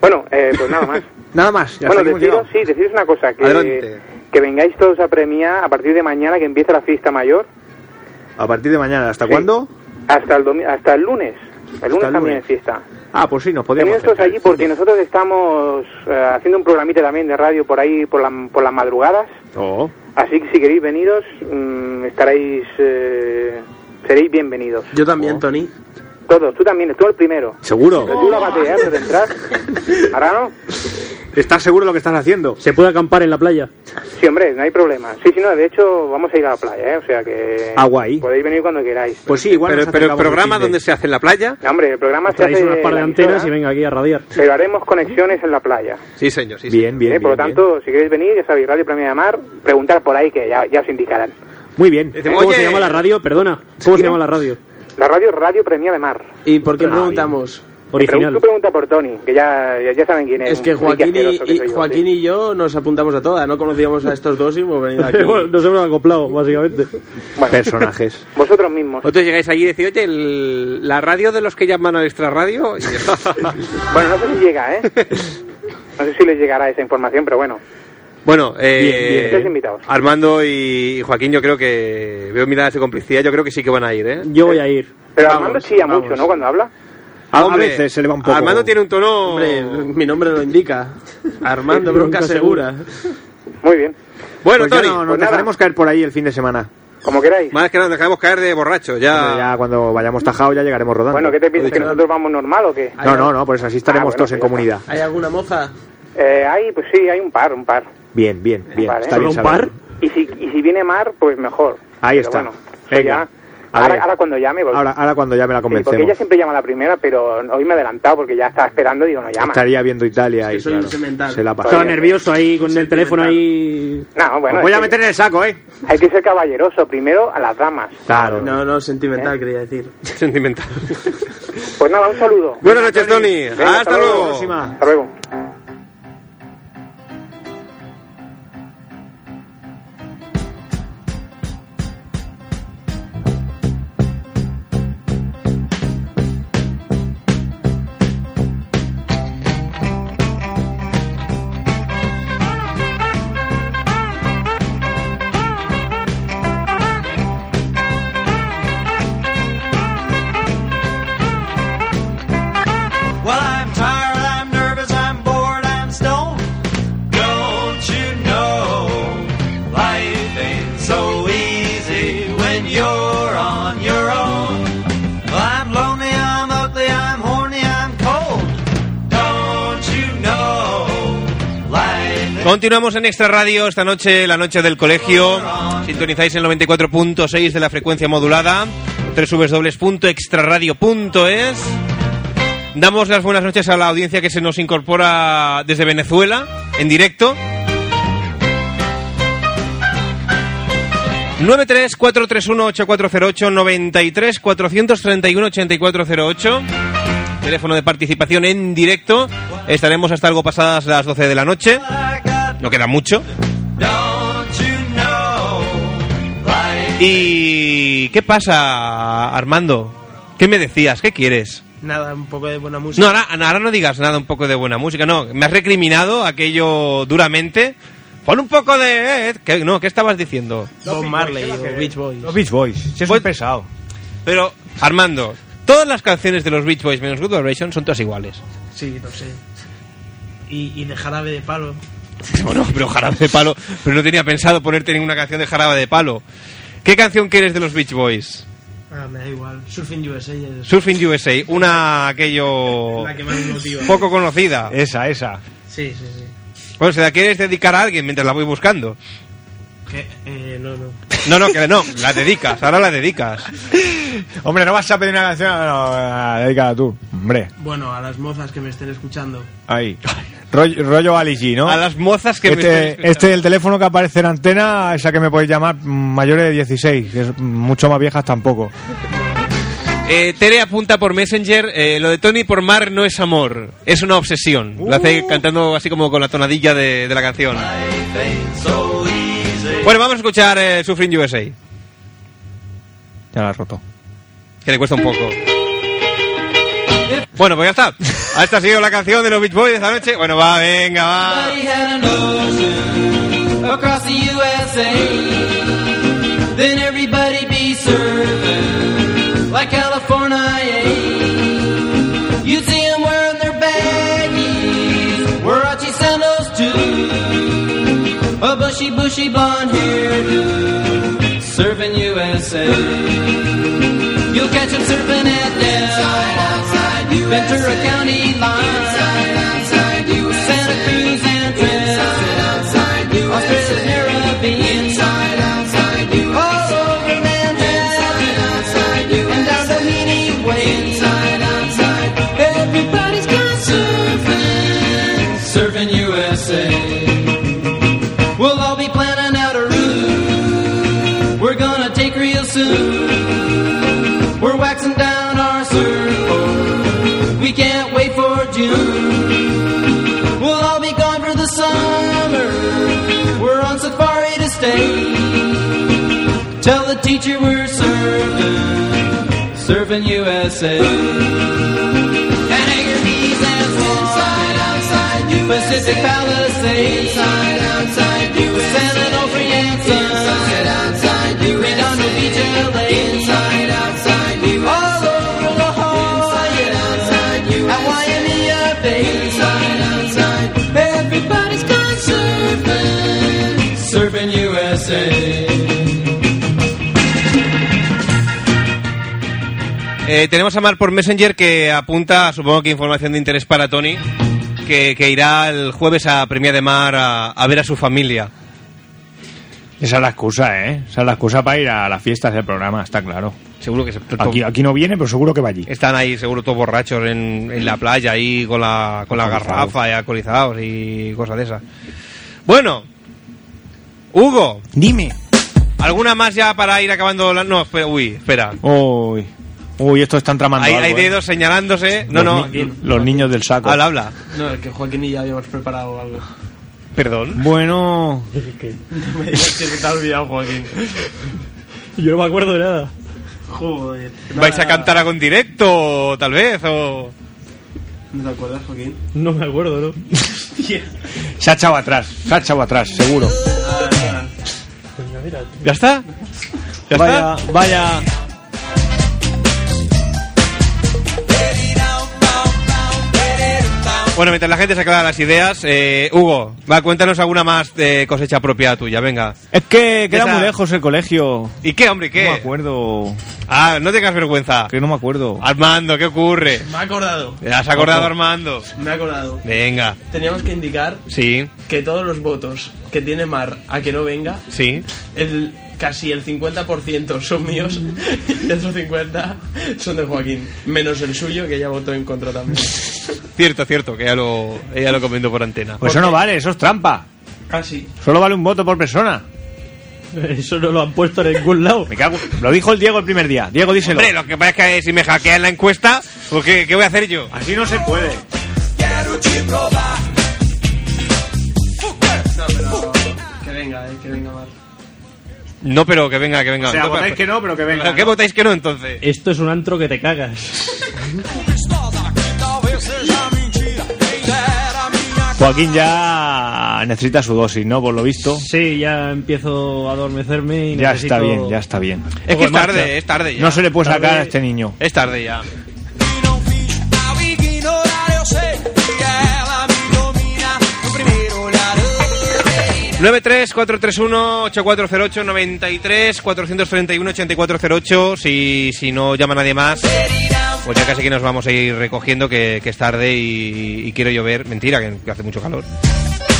Bueno, eh, pues nada más.
Nada más, (laughs) ya
bueno,
hasta aquí hemos
deciros,
llegado.
sí, deciros una cosa, que,
Adelante.
que vengáis todos a premia a partir de mañana que empieza la fiesta mayor
A partir de mañana, ¿hasta
Sí.
cuándo?
hasta el, domi- hasta el lunes. El lunes
el
también
lunes.
es fiesta.
Ah, pues sí, nos podríamos.
Venid todos
acercar.
allí porque nosotros estamos eh, haciendo un programita también de radio por ahí, por, la- por las madrugadas.
Oh,
Así que si queréis veniros, mm, estaréis... eh, seréis bienvenidos.
Yo
Oh.
también, Tony.
Todos, tú también, tú el primero.
seguro.
Pero tú la batea antes
(laughs)
de entrar. ¿Ahora no?
¿Estás seguro de lo que estás haciendo?
¿Se puede acampar en la playa?
Sí, hombre, no hay problema. Sí, sí, no, de hecho vamos a ir a la playa, ¿eh? O sea que...
Ah, guay.
Podéis venir cuando queráis.
Pues sí, igual.
Pero,
nos
pero el
acercamos al
programa
chisme.
donde se hace en la playa.
No, hombre, el programa se
Traéis
hace
unas par
en
de
la
antenas y
emisora,
venga aquí a radiar.
Pero haremos conexiones en la playa.
Sí, señor. Sí,
Bien, bien.
¿eh? Por lo
bien,
tanto, si queréis venir, ya sabéis, Radio Premio de Mar, preguntar por ahí que ya, ya os indicarán.
bien. Muy bien.
Decimos,
¿Cómo
Oye.
se llama la radio? Perdona. ¿Cómo se llama la radio?
La radio Radio Premia de Mar.
¿Y por qué
Ah,
preguntamos?
Pregun-
Original.
Tú pregunta por Tony, que ya, ya, ya saben quién es.
Es que
un
Joaquín, y,
frikiaceroso que
y-
soy yo,
Joaquín
sí.
y yo nos apuntamos a todas, no conocíamos a estos dos y hemos
(laughs)
venido aquí.
Bueno, nos hemos acoplado, básicamente.
Bueno,
Personajes.
vosotros mismos.
Vosotros llegáis allí y decís, oye, el- la radio de los que llaman a nuestra radio. Y ya está.
(laughs) Bueno, no sé si llega, ¿eh? No sé si les llegará esa información, pero bueno.
(laughs) Bueno,
Bien, bien.
eh,
Estáis invitados.
Armando y Joaquín, yo creo que veo miradas de complicidad, yo creo que sí que van a ir, ¿eh?
Yo voy a ir.
Pero
Vamos,
Armando chilla
vamos.
mucho, ¿no? Cuando habla.
(laughs) A, a
Hombre,
veces se le va un poco.
Armando tiene un tono.
Hombre, mi nombre lo indica. Armando
Bronca
Bronca Segura.
Muy bien.
Bueno,
Pues ya
Tony,
no, nos
pues nada.
dejaremos caer por ahí el fin de semana.
Como queráis.
más que nada, nos dejamos caer de borracho,
Pero
Pues ya. Pues
Ya cuando vayamos tajado ya llegaremos rodando.
Bueno, ¿qué te piensas? ¿Que
Oye,
nosotros vamos normal o qué?
No, no, no, pues así estaremos
Ah, bueno,
todos en
pues ya
comunidad.
¿Hay alguna moza?
Eh, hay, pues sí, hay un par, un par.
Bien, bien, bien.
Vale.
Está bien
¿Solo un
saberlo.
par?
Y si, y si viene Mar, pues mejor.
Ahí
Pero
está.
bueno, eso
Venga.
ya-
A ver.
ahora, ahora cuando llame, porque,
Ahora, ahora cuando ya me la
sí, porque ella
convencemos.
siempre llama a la primera, pero hoy me he adelantado porque ya estaba esperando y digo, no llama.
Estaría viendo Italia y
soy
claro,
un semental.
se la
Estaba
pasa.
Todavía.
nervioso ahí con el teléfono ahí.
No, bueno,
Os voy
es
a
que
meter en el saco, ¿eh?
hay que ser caballeroso. Primero a las damas.
Claro.
No, no,
¿Eh?
sentimental quería decir.
(laughs) Sentimental.
Pues nada, un saludo.
Buenas noches, Tony.
Venga,
Hasta,
hasta
luego.
luego. Hasta luego.
Well, I'm tired, I'm nervous, I'm bored, I'm stoned. Don't you know? Life ain't so easy when you're on your own. Well, I'm lonely, I'm ugly, I'm horny, I'm cold. Don't you know? Life
Continuamos en Extra Radio esta noche, la noche del colegio. Sintonizáis el 94.6 de la frecuencia modulada, www.extraradio.es. Damos las buenas noches a la audiencia que se nos incorpora desde Venezuela, en directo. 93-431-8408, 93-431-8408. Teléfono de participación en directo. Estaremos hasta algo pasadas las 12 de la noche. No queda mucho. ¿Y qué pasa, Armando? ¿Qué me decías? ¿Qué quieres?
Nada, un poco de buena música.
No, ahora, ahora no digas nada, un poco de buena música. No, me has recriminado aquello duramente. Pon un poco de... eh, ¿qué- no, ¿qué estabas diciendo?
Bob Marley o Beach Boys.
Los Beach Boys, si es
Voy-
un pesado.
Pero, Armando, Todas las canciones de los Beach Boys menos Good Vibration son todas iguales.
Sí, no sé. Y, y de jarabe de palo.
Bueno, pero jarabe de palo. Pero no tenía pensado ponerte ninguna canción de jarabe de palo. ¿Qué canción quieres de los Beach Boys?
Ah, me da igual. Surfing USA es
Surfing USA, una aquello
la que más me motiva.
poco conocida.
Esa, esa.
Sí, sí, sí.
Bueno, si la quieres dedicar a alguien mientras la voy buscando.
Que, eh, no,
(laughs)
no.
No, no, que no, la dedicas, ahora la dedicas.
Hombre, no vas a pedir una canción, no, dedícala tú. Hombre,
Bueno, a las mozas que me estén escuchando.
ahí. Rollo, rollo Ali G, ¿no?
A las mozas que me estén
este,
escuchando.
este es el teléfono que aparece en antena, esa que me podéis llamar mm, mayores de 16, que es mm, mucho más viejas tampoco.
Eh, Tere apunta por Messenger, eh, lo de Tony por Mar no es amor, es una obsesión. Lo hace cantando así como con la tonadilla de, de la canción. Bueno, vamos a escuchar eh, Suffering USA, que
Ya la has roto.
le cuesta un poco. Bueno, pues ya está.
(laughs)
Ah, Esta ha sido la canción de los Beach Boys de esta noche. Bueno, va, venga, va.
Everybody had an ocean across the USA. Then everybody be surfing like California. You'd see 'em wearing their baggies, Warachi sandals too. A bushy, bushy blonde hairdo, serving USA. You'll catch 'em surfing at Dell, Ventura County line. Santa Cruz and Inside, outside, USA. Australia's Caribbean. Inside, outside, USA. All over Manhattan. Inside, outside, USA. And down Doheny Way. Inside, outside. Everybody's gone surfing. Surfing USA. We'll all be planning out a route. We're gonna take real soon. We're waxing down our surfboard. We can't wait for June. We'll all be gone for the summer. We're on safari to stay. Tell the teacher we're serving, serving USA. And Hager Bees and Inside, outside, Pacific Palisades. Inside, outside, San Onofre and Sun. Inside, outside, Redondo Beach, LA. Inside, outside, All over La Jolla. Inside, outside, At Waimea Bay. Inside, outside, Everybody's gone surfing. Surfing USA.
Eh, tenemos a Mar por Messenger que apunta, supongo que información de interés para Tony, que, que irá el jueves a Premia de Mar a- a ver a su familia.
Esa es la excusa, ¿eh? Esa es la excusa para ir a las fiestas del programa, está claro.
Seguro que se...
Aquí, aquí no viene, pero seguro que va allí.
Están ahí seguro todos borrachos en, en la playa ahí con la, con la
Alcoholizados.
garrafa y alcoholizados y cosas de esas. Bueno, Hugo,
Dime.
¿alguna más ya para ir acabando la... No, espera, uy, espera.
Uy, uy, estos están tramando
Hay,
algo,
hay
¿eh?
dedos señalándose. No, no.
Los, ni- los niños del saco.
Habla, habla.
No, es que Joaquín y yo habíamos preparado algo.
Perdón.
Bueno,
(laughs) No me digas que se te ha olvidado, Joaquín.
Yo no me acuerdo de nada.
Joder.
¿Vais a
Nada.
cantar algo en directo, tal vez? O...
¿No te acuerdas, Joaquín?
No me acuerdo, ¿no?
(laughs)
se ha echado atrás, se ha echado atrás, seguro.
Ah, ah.
¿Ya está? ¿Ya
vaya,
está?
vaya.
Bueno, mientras la gente se aclara las ideas, eh, Hugo, va, cuéntanos alguna más de cosecha propia tuya, venga.
Es que queda
Esa-
muy lejos el colegio.
¿Y qué, hombre,
No me
qué?
acuerdo.
Ah, no tengas vergüenza.
Que no me acuerdo.
Armando, ¿qué ocurre?
Me ha acordado.
¿Te has acordado, Armando?
Me ha acordado.
Venga.
Teníamos que indicar
Sí,
que todos los votos que tiene Mar a que no venga,
sí.
el casi el 50% son míos (laughs) y el otro 50% son de Joaquín. Menos el suyo, que ya votó en contra también.
Cierto, cierto, que ya lo, ella lo comentó por antena.
Pues eso no vale, eso es trampa.
Ah,
Casi.
Solo vale un voto por persona.
Eso no lo han puesto en ningún lado.
Me cago. Lo dijo el Diego el primer día. Diego, díselo.
Hombre, lo que pasa es que si me hackean la encuesta, pues ¿qué, qué voy a hacer yo?
Así no se puede.
Que venga, eh, que venga Mar.
No, pero que venga, que venga.
O sea,
Entonces,
votáis que no, pero que venga. Eh,
¿Pero qué votáis que no entonces?
Esto es un antro que te cagas.
A veces a mentira, y dar a minha
Joaquín ya necesita su dosis, ¿no? Por lo visto.
Sí, ya empiezo a adormecerme y
Ya
necesito-
está bien, ya está bien.
Es que es
Poco en
tarde,
marcha.
es tarde ya.
No se le puede
Tarde.
sacar a este niño.
Es tarde ya. Nueve tres cuatro tres uno ocho cuatro cero ocho noventa y tres cuatrocientos treinta y uno ochenta y cuatro cero ocho si si no llama nadie más pues ya casi que nos vamos a ir recogiendo que, que es tarde y, y quiero llover mentira que, que hace mucho calor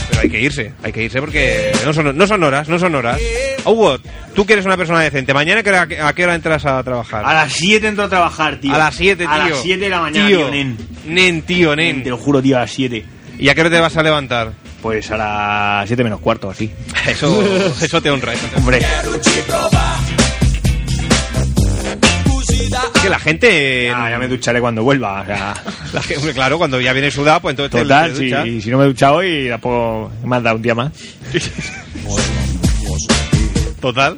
pero hay que irse hay que irse porque no son no son horas no son horas Hugo tú que eres una persona decente mañana qué hora- a qué hora entras a trabajar
A las 7 entro a trabajar, tío.
a las 7, tío.
A las 7 de la mañana,
tío.
tío, nen.
Nen, tío, nen.
Te lo juro, tío, a las 7.
¿Y a qué hora te vas a levantar?
Pues a las 7 menos cuarto, así.
Eso, eso te honra. Eso te honra.
(laughs) Hombre,
Es que la gente...
ah, ya me ducharé cuando vuelva.
(laughs)
O sea,
la gente- hombre, claro, cuando ya viene sudado, pues entonces te-
total,
te ducha.
si, si no me he duchado hoy, tampoco me has dado un día más.
(laughs) Total.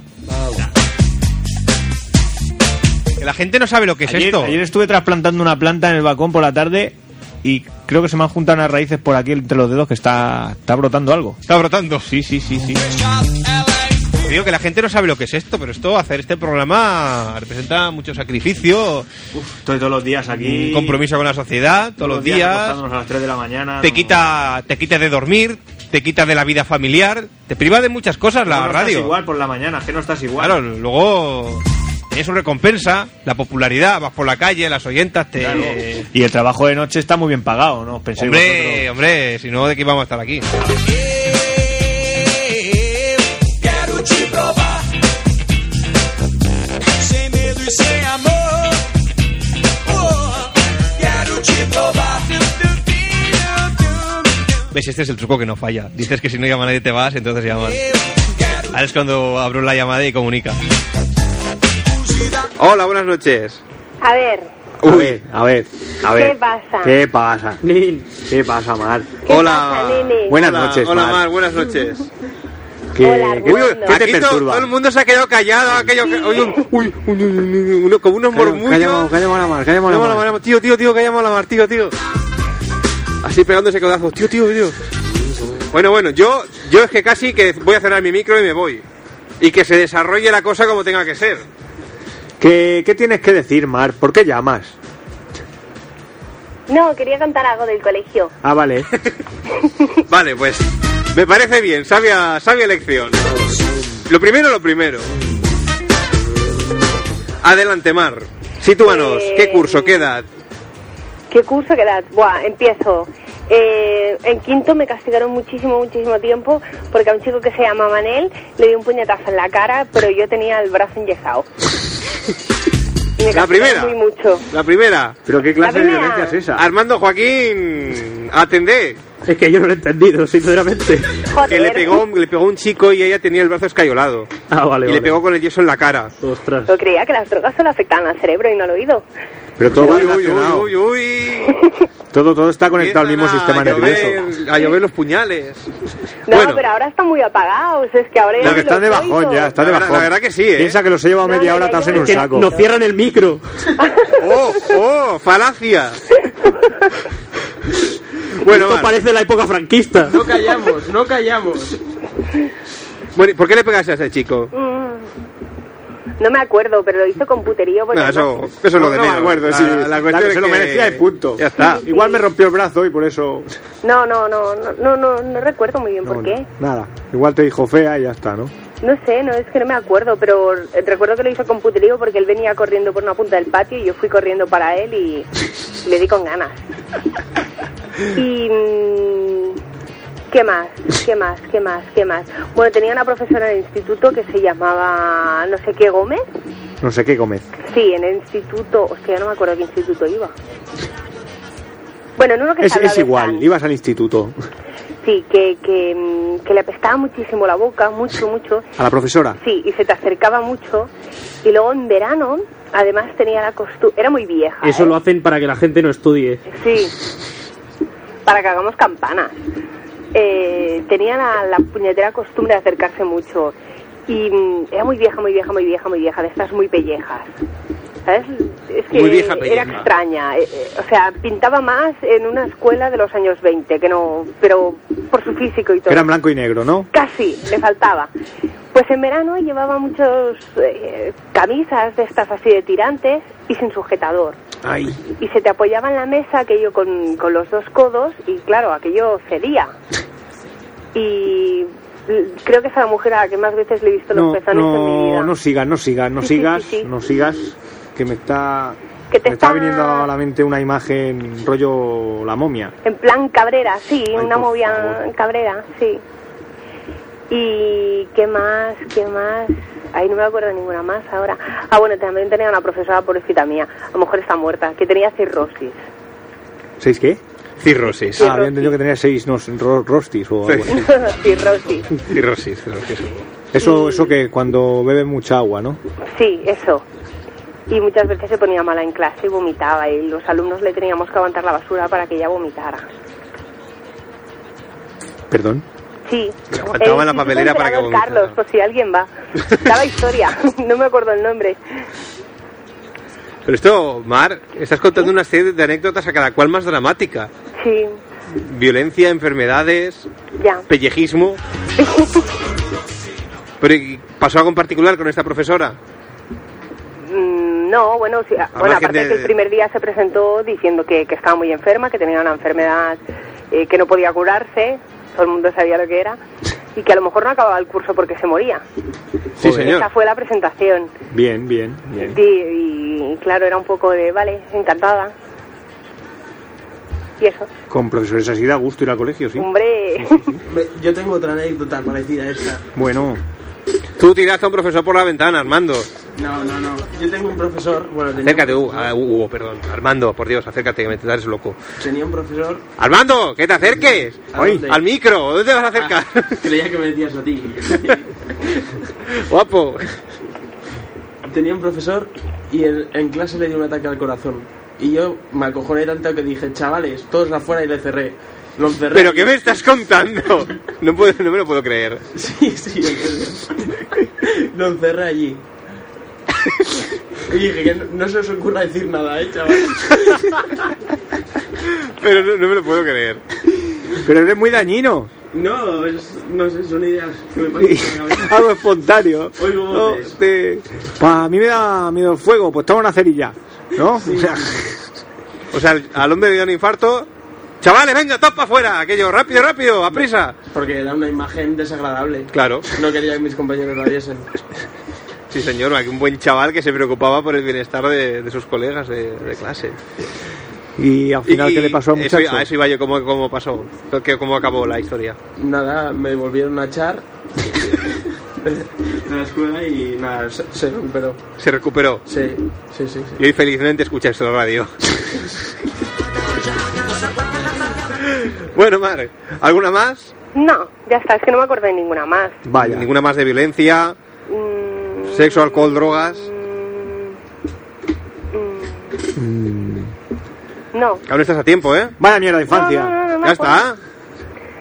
Que La gente no sabe lo que es
ayer,
esto.
ayer estuve trasplantando una planta en el balcón por la tarde y creo que se me han juntado unas raíces por aquí entre los dedos que está, está brotando algo.
Está brotando.
Sí, sí, sí, sí.
Te Digo que la gente no sabe lo que es esto, pero esto, hacer este programa, representa mucho sacrificio,
Estoy todos los días aquí.
un compromiso con la sociedad, todos los días.
acostándonos a las 3 de la mañana.
te
no-
quita te quita de dormir te quita de la vida familiar te priva de muchas cosas la
no estás
radio
igual por la mañana, es que no estás igual.
claro luego tienes su recompensa la popularidad vas por la calle las oyentas te
Y el trabajo de noche está muy bien pagado, ¿no? Pensé
hombre hombre si no de qué vamos a estar aquí
Oh,
ves este es el truco que no falla dices que si no llama nadie te vas entonces llaman ahora es cuando abro la llamada y comunica
Hola, buenas noches.
A ver,
Uy, a ver, a ver.
¿qué pasa?
¿Qué pasa?
¿Qué pasa, Mar?
¿Qué
Hola.
pasa, nene?
Buenas
Hola,
noches,
hola,
Mar.
Mar, buenas noches.
¿Qué,
Hola,
qué-
Arnoldo.
qué te
Aquí to-
perturba?
todo el mundo se ha quedado callado, aquello que- oye, un- uy, uy, uy, uy, uy, uno- como unos
Calla-
murmullos.
Callamos, callamos la mar, callamos la
Callamos la
mar.
mar, tío, tío, tío, callamos la mar, tío, tío. Así pegándose codazos, tío, tío, tío.
Bueno, bueno, yo, yo es que casi que voy a cerrar mi micro y me voy.
Y que se desarrolle la cosa como tenga que ser.
¿Qué, qué tienes que decir, Mar? ¿Por qué llamas?
No, quería contar algo del colegio.
Ah, vale.
Vale, pues me parece bien, sabia, sabia elección. Lo primero, lo primero. Adelante, Mar. Sitúanos,
Eh,
¿qué curso, qué edad?
¿Qué curso que das? Buah, empiezo. Eh, en quinto me castigaron muchísimo, muchísimo tiempo porque a un chico que se llama Manel le di un puñetazo en la cara, pero yo tenía el brazo enyesado. Y me
La
castigaron
primera.
Muy mucho.
La primera.
¿Pero qué clase
La
de
primera.
violencia es esa?
Armando Joaquín, atendé.
Es que yo no lo he entendido, sinceramente.
Joder.
Que le pegó, le pegó un chico y ella tenía el brazo escayolado.
Ah,
Y
vale,
le pegó con el yeso en la cara.
Ostras.
Yo creía que las drogas solo afectaban al cerebro y no al oído.
Pero
(laughs)
todo va
Uy, uy,
relacionado.
uy, uy, uy.
Todo, todo está conectado al mismo
Empiezan
sistema
a llover-
nervioso.
A llover los puñales.
No,
Bueno.
pero ahora están muy apagados. Es que ahora ya
No,
ni
que estás
los
de
oigo.
bajón ya, estás de
La verdad-
bajón.
la verdad que sí, ¿eh?
Piensa que los he llevado
No,
media
no,
hora
no,
atrás
yo-
en un
Que
saco.
Nos cierran el micro.
¡Oh, oh! ¡Falacia! Bueno,
Esto
Mar,
parece la época franquista.
No callamos, no callamos.
bueno, ¿por qué le pegaste a ese chico?
Mm. No me acuerdo, pero lo hizo con puterío. porque
No, eso,
no-
eso es lo de
Pues no me
menos.
acuerdo,
La-
sí.
la,
La
cuestión
que
es
se lo merecía y punto.
Ya está.
(laughs) Igual me rompió el brazo y por eso.
No, no, no, no, no, no, no recuerdo muy bien
no,
por qué.
no, nada. Igual te dijo fea y ya está, ¿no?
No sé, no es que no me acuerdo, pero eh, recuerdo que lo hizo con puterío porque él venía corriendo por una punta del patio y yo fui corriendo para él y le di con ganas. Y mm, ¿Qué más? ¿Qué más? ¿Qué más? ¿Qué más? Bueno, tenía una profesora en el instituto que se llamaba no sé qué Gómez.
No sé qué Gómez.
Sí, en el instituto, hostia, ya no me acuerdo a qué instituto iba. Bueno, en uno que se
Es,
habla
es
de
igual,
Frank.
ibas al instituto.
Sí, que, que, mm, que le apestaba muchísimo la boca, mucho, mucho.
A la profesora.
Sí, y se te acercaba mucho. Y luego en verano, además tenía la costumbre. Era muy vieja.
Eso
¿eh?
lo hacen para que la gente no estudie.
Sí. Para que hagamos campanas. Eh, tenía la, la puñetera costumbre de acercarse mucho. Y mm, era muy vieja, muy vieja, muy vieja, muy vieja, de estas muy pellejas. ¿sabes? Es que
Muy vieja
era
pelleja.
extraña. eh, eh, o sea, pintaba más en una escuela de los años 20, que no, pero por su físico y todo.
Que era en blanco y negro, ¿no?
Casi, le faltaba. Pues en verano llevaba muchos eh, camisas de estas así de tirantes y sin sujetador.
Ay,
Y se te apoyaba en la mesa aquello con, con los dos codos y claro, aquello cedía. Y l- creo que es a la mujer a la que más veces le he visto los
No,
pezones en mi vida.
no, no sigas, no sigas, no
Sí, sí,
sigas,
sí, sí.
no sigas, que me está,
Que te
me está
está-
viniendo a la mente una imagen rollo la momia.
En plan cabrera, sí,
Ay,
una
por
movida
favor.
cabrera, sí. ¿Y qué más? ¿Qué más? Ahí no me acuerdo de ninguna más ahora. Ah, bueno, también tenía una profesora pobrecita mía, a lo mejor está muerta, que tenía cirrosis.
¿Seis qué?
cirrosis.
Ah, había entendido que tenía seis no, ro- rostis o algo.
(laughs)
así.
cirrosis,
Cirrosis, cirrosis.
Eso, eso que cuando bebes mucha agua, ¿no?
sí, eso. Y muchas veces se ponía mala en clase y vomitaba, y los alumnos le teníamos que aguantar la basura para que ella vomitara.
Perdón.
Sí.
Le faltaba
El
la
Instituto
papelera para que
Emperador
vomitara.
Carlos, por si alguien va.
(laughs)
Daba historia, (laughs) no me acuerdo el nombre.
Pero esto, Mar, estás contando una serie de anécdotas a cada cual más dramática.
Sí,
Violencia, enfermedades,
ya. (laughs)
pellejismo. Pero ¿y ¿pasó algo en particular con esta profesora?
Mm, No, bueno, sí, bueno
margen
aparte
de-
que el primer día se presentó diciendo que, que estaba muy enferma, que tenía una enfermedad eh, que no podía curarse, todo el mundo sabía lo que era, y que a lo mejor no acababa el curso porque se moría.
Sí, señor.
Esa fue la presentación.
Bien, bien, bien.
Y, y, claro, era un poco de, vale, encantada. Y eso,
Con profesores así da gusto ir al colegio, sí.
hombre,
Ve, Yo tengo otra anécdota parecida a esta.
Bueno,
Tú tiraste a un profesor por la ventana, Armando.
No, no, no. Yo tengo un profesor, bueno, tenía,
Acércate, Hugo, Ah, Hugo, perdón. Armando, por Dios, acércate, que me te eres loco.
tenía un profesor
Armando, que te acerques.
¿A dónde?
Al micro, ¿dónde te vas a acercar?
Ah, (laughs) creía que me decías a ti.
(laughs) Guapo.
Tenía un profesor y en, en clase le dio un ataque al corazón. Y yo me acojoné tanto que dije, chavales, todos afuera y le cerré. Los cerré.
¿Pero qué me estás contando? No, puedo, no me lo puedo creer.
Sí, (laughs) sí, en serio. Lo encerré allí. Y dije que no, no se os ocurra decir nada, eh, chaval.
(laughs) Pero no, no me lo puedo creer.
pero eres muy dañino.
No, es- no sé, son ideas que me pasan
(laughs)
por la cabeza.
Algo espontáneo.
Oigo
No,
voces.
te- Pa, a mí me da miedo el fuego, pues toma una cerilla, ¿no? (laughs) O sea,
O sea, al- al hombre le dio un infarto. Chavales, venga, todos para afuera. Aquello, rápido, rápido, a prisa.
Porque era una imagen desagradable.
Claro,
No quería que mis compañeros lo viesen.
sí señor, aquí un buen chaval que se preocupaba por el bienestar de, de sus colegas de, de clase.
y al final, ¿qué le pasó al
eso-
muchacho?
a eso iba yo, ¿cómo, cómo pasó? ¿Qué- ¿Cómo acabó la historia?
Nada, me volvieron a echar de la escuela y nada, se, se recuperó.
Se recuperó.
Sí, sí, sí. sí.
Y hoy felizmente escucháis la radio. bueno, Mar, ¿alguna más?
(laughs) no, ya está, es que no me acuerdo de ninguna más.
Vaya.
¿Ninguna más de violencia?
Mm,
¿Sexo, alcohol, drogas?
mm, mm, No.
Aún estás a tiempo, ¿eh?
Vaya mierda de
No, no,
infancia.
no, no me acuerdo.
Ya está.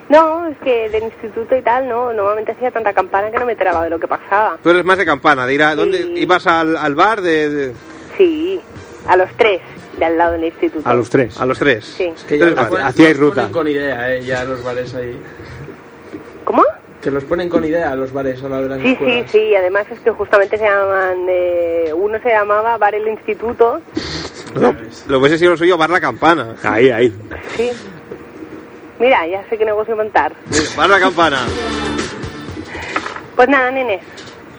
No, es que del instituto y tal, no. Normalmente hacía tanta campana que no me enteraba de lo que pasaba.
Tú eres más de campana, de ir a- ¿Dónde
Sí.
ibas al, al bar de, de-
Sí, a los tres, de al lado del instituto.
A los tres.
a los tres?
Sí.
Que ya
Tres
los
bares.
ponen-
hacíais
los ponen
ruta.
Con idea, eh, ya los bares ahí.
¿Cómo?
Que los ponen con idea los bares a la de las
Sí, sí,
escuelas.
sí. y Además es que justamente se llaman... eh, uno se llamaba Bar el Instituto.
No, lo hubiese sido lo suyo, bar la campana.
Ahí, ahí.
Sí. Mira, ya sé qué negocio montar.
Bar la campana.
Pues nada, nenes.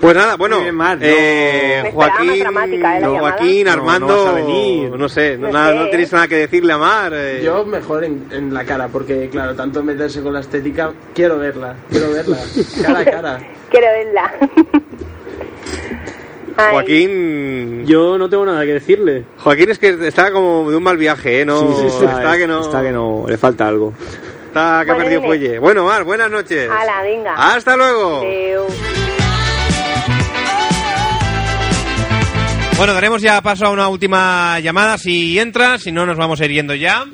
Pues nada, bueno,
Muy bien, Mar, no.
eh,
Me esperaba más
Joaquín,
dramática, ¿eh, la
no,
llamada?
Joaquín,
No, no
Armando,
vas a venir.
no sé, no,
No
nada, no
sé.
tenéis nada que decirle a Mar. eh.
Yo mejor en, en la cara, porque claro, tanto meterse con la estética, quiero verla, quiero verla, cara a cara.
Quiero verla. (laughs) Ay,
Joaquín,
Yo no tengo nada que decirle.
Joaquín es que está como de un mal viaje, ¿eh? No,
Sí, sí,
está, que no,
está que no, le falta algo.
está que ha
Vale,
perdido
dime.
fuelle. Bueno, Mar, buenas noches.
Hala, venga.
Hasta luego.
Adeu.
Bueno, daremos ya paso a una última llamada si entra, si no nos vamos a ir yendo ya.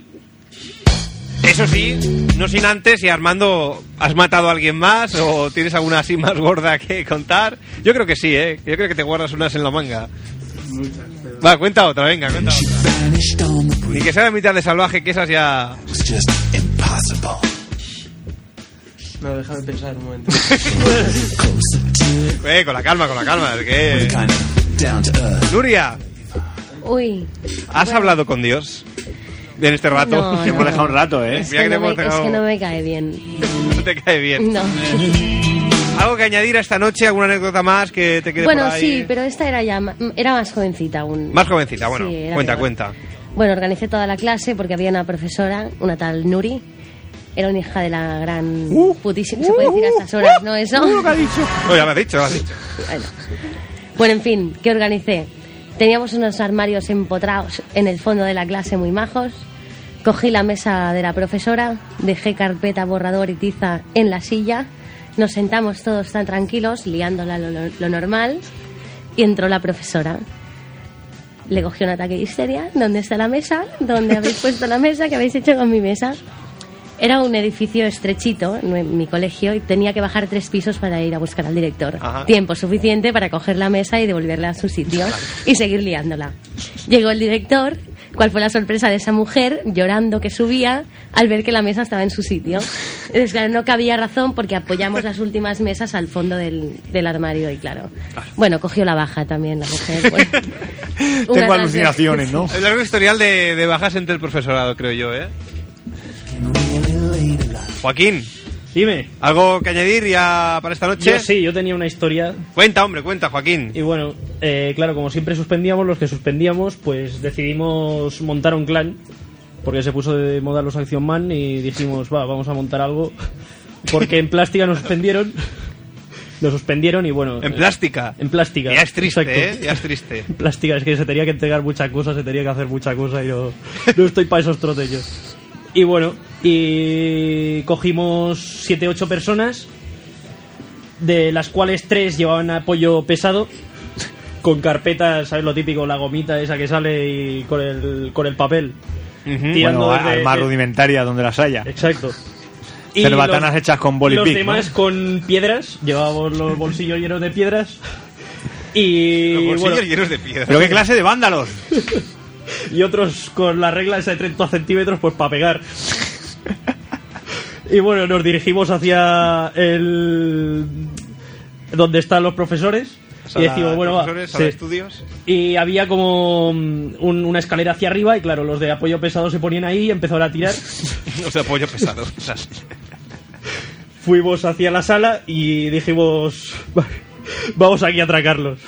Eso sí, no sin antes, si Armando, ¿has matado a alguien más o tienes alguna así más gorda que contar? Yo creo que sí, ¿eh? Yo creo que te guardas unas en la manga.
Muchas, pero-
Va, cuenta otra, venga, cuenta otra. Ni que sea la mitad de salvaje, que esas ya.
No, déjame pensar un
(laughs)
momento.
Eh, con la calma, con la calma, es que. Nuria,
Uy.
¿has hablado con Dios? En este rato.
No,
Te hemos dejado un rato, ¿eh?
Es
Mira
que,
que te
no me,
hemos dejado-
es que no me cae bien.
No te cae bien.
No.
(laughs)
¿Algo que añadir a esta noche? ¿Alguna anécdota más que te quede
Bueno,
por ahí?
sí, pero esta era ya ma- era más jovencita aún.
Más jovencita, bueno,
Sí, era
cuenta,
peor.
cuenta.
Bueno, organicé toda la clase porque había una profesora, una tal Nuri. Era una hija de la gran
Uh.
putísima. Se puede decir a estas horas, ¿no? Eso.
No, ya me has dicho, lo has dicho.
Bueno. Bueno, en fin, ¿qué organicé? Teníamos unos armarios empotrados en el fondo de la clase muy majos. Cogí la mesa de la profesora, dejé carpeta, borrador y tiza en la silla. Nos sentamos todos tan tranquilos, liándola lo, lo- lo normal. Y entró la profesora. Le cogió un ataque de histeria. ¿Dónde está la mesa? ¿Dónde habéis puesto la mesa? ¿Qué habéis hecho con mi mesa? Era un edificio estrechito, no en mi colegio, y tenía que bajar tres pisos para ir a buscar al director.
Ajá.
Tiempo suficiente para coger la mesa y devolverla a su sitio y seguir liándola. Llegó el director, cuál fue la sorpresa de esa mujer, llorando que subía al ver que la mesa estaba en su sitio. Entonces, claro, no cabía razón porque apoyamos las últimas mesas al fondo del, del armario y claro. Bueno, cogió la baja también la mujer. pues. Una tras
Tengo
de-
alucinaciones, ¿no?
El largo historial de, de bajas entre el profesorado, creo yo, ¿eh? Joaquín,
Dime.
¿algo que añadir ya para esta noche?
Yo sí, yo tenía una historia
Cuenta, hombre, cuenta, Joaquín.
Y bueno, eh, claro, como siempre suspendíamos, los que suspendíamos, pues decidimos montar un clan, porque se puso de moda los Action Man y dijimos, va, vamos a montar
(laughs)
algo, porque en plástica nos suspendieron, nos suspendieron y bueno...
En
eh,
plástica.
En plástica.
Ya es triste,
exacto.
¿eh? Ya es triste.
(laughs) En plástica, es que se tenía que entregar muchas cosas, se tenía que hacer muchas cosas y no, no estoy para esos trotes yo. Y bueno, y cogimos 7, 8 personas, de las cuales 3 llevaban apoyo pesado, con carpetas, ¿sabes lo típico? La gomita esa que sale y con el, con el papel.
Mm. Bueno,
desde-
al más
de-
rudimentaria donde las haya.
Exacto.
Cerbatanas hechas con boli
Los
pic,
demás con piedras, llevábamos los bolsillos llenos de piedras.
Los
Y
bolsillos
bueno,
llenos de piedra.
Pero qué clase de vándalos.
(laughs) y otros con la regla esa de 30 centímetros pues para pegar. Y bueno, nos dirigimos hacia el... donde están los profesores. y decimos, bueno, va,
Pues profesores,
sí.
sala de estudios. (laughs)
Y había como mm, un- una escalera hacia arriba y claro, los de apoyo pesado se ponían ahí y empezaron a tirar.
O sea, apoyo pesado. (laughs) O sea,
Fuimos hacia la sala y dijimos, "Va- vamos aquí a atracarlos.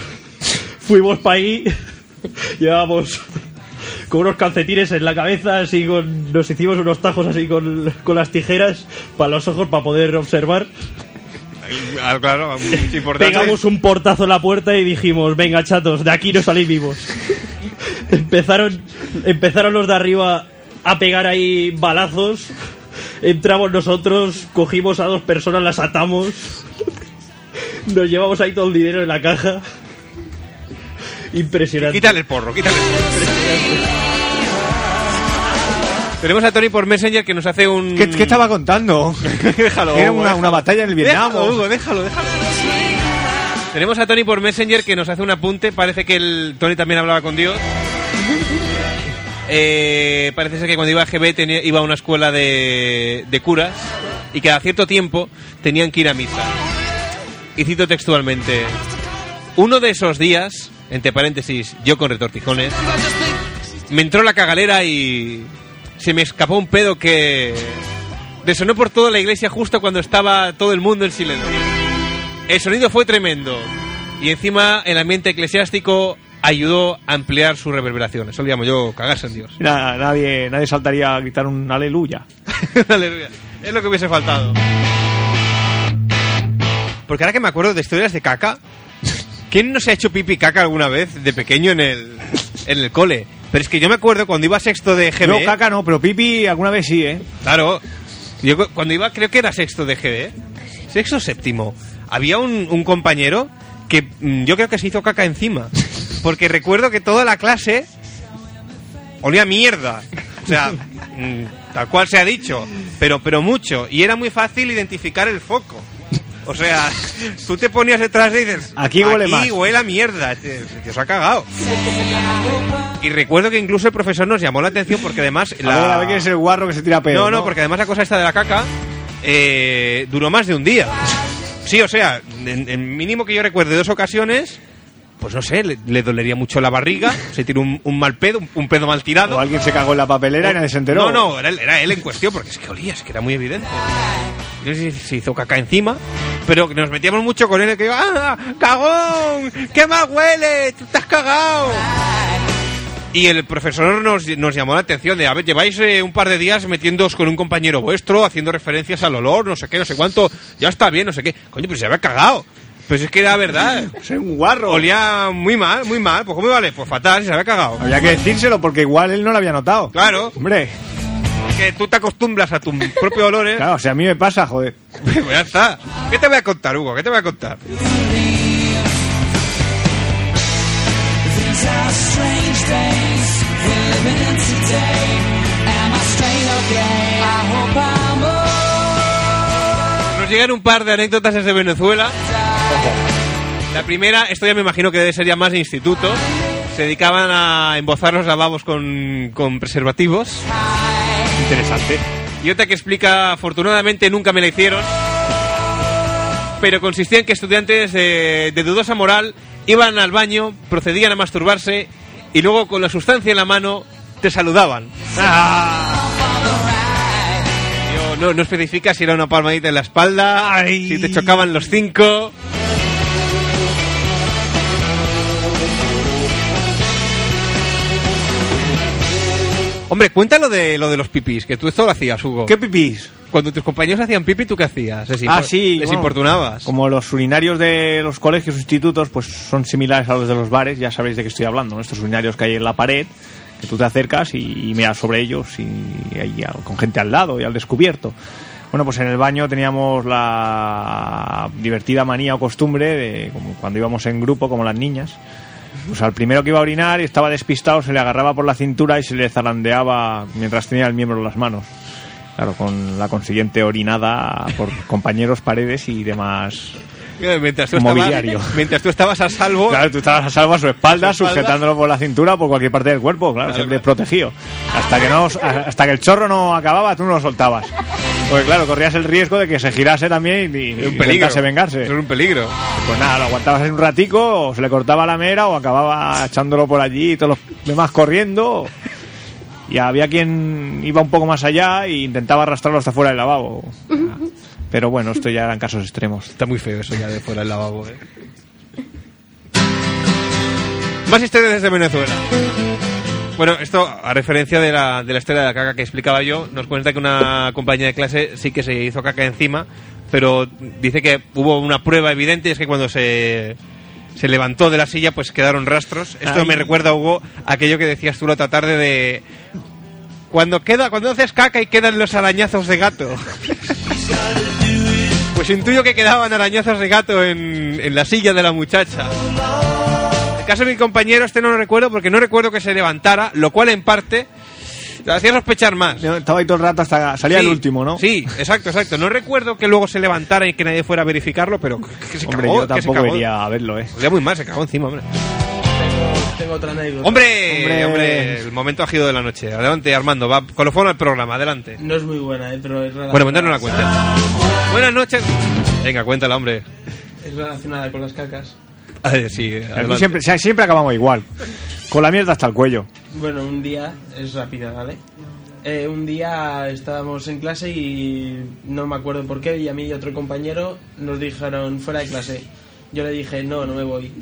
Fuimos para ahí, (laughs) llevábamos con unos calcetines en la cabeza, así con, nos hicimos unos tajos así con, con las tijeras para los ojos para poder observar.
ah, claro, es importante.
Pegamos un portazo a la puerta y dijimos, venga chatos, de aquí no salís
(laughs)
vivos. empezaron, empezaron los de arriba a pegar ahí balazos. Entramos nosotros, cogimos a dos personas, las atamos. Nos llevamos ahí todo el dinero en la caja. Impresionante.
Quítale el porro, quítale el porro. Tenemos a Tony por Messenger que nos hace un...
mm,
¿Qué, qué estaba
(laughs)
contando?
Déjalo,
Era
Hugo,
una,
déjalo.
una batalla en el Vietnam.
Déjalo, Hugo, déjalo, déjalo. Tenemos a Tony por Messenger que nos hace un apunte. Parece que el Tony también hablaba con Dios. Eh, parece ser que cuando iba a GB tenía- iba a una escuela de, de curas y cada cierto tiempo tenían que ir a misa. Y cito textualmente: Uno de esos días, entre paréntesis, yo con retortijones, me entró la cagalera y se me escapó un pedo que resonó por toda la iglesia justo cuando estaba todo el mundo en silencio. El sonido fue tremendo y encima el ambiente eclesiástico ayudó a ampliar su reverberación. Eso le llamo yo cagarse en Dios. (laughs)
Na- nadie, nadie saltaría a gritar un aleluya.
Aleluya. Es lo que hubiese faltado. Porque ahora que me acuerdo de historias de caca, ¿quién no se ha hecho pipi caca alguna vez de pequeño en el, en el cole? Pero es que yo me acuerdo cuando iba a sexto de E, GB.
No, caca no, pero pipi alguna vez sí, ¿eh?
Claro. Yo cu- cuando iba, creo que era sexto de GD. Sexto o séptimo. Había un, un compañero que mm, yo creo que se hizo caca encima. Porque recuerdo que toda la clase olía a mierda. O sea, mm, tal cual se ha dicho. Pero, pero mucho. Y era muy fácil identificar el foco. O sea, tú te ponías detrás y dices,
Aquí huele más".
huele a mierda, te, te os ha cagado. Y recuerdo que incluso el profesor nos llamó la atención porque además
A ver, a
la...
ver quién es el guarro que se tira peor.
no, no, porque además la cosa esta de la caca eh, duró más de un día. Sí, o sea, en, en mínimo que yo recuerde dos ocasiones, pues no sé, le, le dolería mucho la barriga, se tiró un, un mal pedo, un, un pedo mal tirado.
O alguien se cagó en la papelera y nadie se enteró.
No, no, era, él- era él en cuestión, porque es que olía, es que era muy evidente. No sé si se hizo caca encima, pero nos metíamos mucho con él, que iba, ¡ah, cagón! ¡Qué más huele! ¡Tú te has cagado! Y el profesor nos, nos llamó la atención de, a ver, lleváis eh, un par de días metiéndoos con un compañero vuestro, haciendo referencias al olor, no sé qué, no sé cuánto, ya está bien, no sé qué. Coño, pero se había cagado. Pues es que era verdad.
(laughs) Soy un guarro.
Olía muy mal, muy mal. Pues ¿cómo me vale? Pues fatal, se había cagado.
Había que decírselo porque igual él no lo había notado.
Claro,
Hombre,
que tú te acostumbras a tus propios olores.
claro, o sea, a mí me pasa, joder.
(laughs) Pues ya está. ¿Qué te voy a contar, Hugo? ¿Qué te voy a contar? Nos llegan un par de anécdotas desde Venezuela. La primera, esto ya me imagino que debe ser ya más de instituto. Se dedicaban a embozar los lavabos con, con preservativos.
Interesante.
Y otra que explica, afortunadamente nunca me la hicieron, pero consistía en que estudiantes de, de dudosa moral iban al baño, procedían a masturbarse y luego con la sustancia en la mano te saludaban. Yo, no, no especifica si era una palmadita en la espalda, si te chocaban los cinco. Hombre, cuéntalo de lo de los pipis, que tú esto lo hacías, Hugo.
¿Qué pipís?
Cuando tus compañeros hacían pipi, ¿tú qué hacías? Les
Ah,
impor-
sí,
Les
bueno.
importunabas.
Como los urinarios de los colegios, institutos, pues son similares a los de los bares, ya sabéis de qué estoy hablando, ¿no? Estos urinarios que hay en la pared, que tú te acercas y, y miras sobre ellos y, hay al- con gente al lado y al descubierto. Bueno, pues en el baño teníamos la divertida manía o costumbre de, como cuando íbamos en grupo, como las niñas, pues al primero que iba a orinar y estaba despistado, se le agarraba por la cintura y se le zarandeaba mientras tenía el miembro en las manos. Claro, con la consiguiente orinada por compañeros, paredes y demás.
Eh, Mientras tú,
Mobiliario.
Estabas, mientras tú estabas a salvo,
Claro, tú estabas a salvo a su espalda,
A su espalda.
sujetándolo por la cintura o por cualquier parte del cuerpo, claro, siempre protegido. Hasta que, no, hasta que el chorro no acababa, tú no lo soltabas. Porque claro, corrías el riesgo de que se girase también y, y
es un peligro.
intentase vengarse.
Es un peligro.
Pues nada, lo aguantabas en un ratico, o se le cortaba la mera, o acababa echándolo por allí y todos los demás corriendo. Y había quien iba un poco más allá e intentaba arrastrarlo hasta fuera del lavabo. Pero bueno, esto ya eran casos extremos.
Está muy feo eso ya de fuera del lavabo, eh. Más historias desde Venezuela. Bueno, esto a referencia de la, de la historia de la caca que explicaba yo, nos cuenta que una compañía de clase sí que se hizo caca encima, pero dice que hubo una prueba evidente, y es que cuando se, se levantó de la silla pues quedaron rastros. Esto me recuerda, Hugo, aquello que decías tú la otra tarde de... Cuando, queda, cuando haces caca y quedan los arañazos de gato. Pues intuyo que quedaban arañazos de gato en, en la silla de la muchacha. En el caso de mi compañero, este no lo recuerdo porque no recuerdo que se levantara, lo cual en parte lo hacía sospechar más.
Estaba ahí todo el rato hasta salía
Sí,
el último, ¿no?
Sí, exacto, exacto. No recuerdo que luego se levantara y que nadie fuera a verificarlo, pero que- que se
Hombre,
cagó, que
yo
se
tampoco
cagó.
iría a verlo, ¿eh?
Olía muy mal, se cagó encima, hombre.
Tengo otra anécdota.
¡Hombre!
Hombre.
Hombre, el momento agido de la noche. Adelante, Armando, va, colofón al programa, adelante.
No es muy buena, eh, pero es relacionada,
Bueno, pues no la cuenta. Buenas noches. Venga, cuéntala, hombre.
es relacionada con las cacas.
A ver, sí,
Aquí
adelante.
siempre, si- siempre acabamos igual. Con la mierda hasta el cuello.
Bueno, un día, es rápida, ¿vale? Eh, un día estábamos en clase y no me acuerdo por qué, y a mí y otro compañero nos dijeron fuera de clase. Yo le dije, no, no me voy.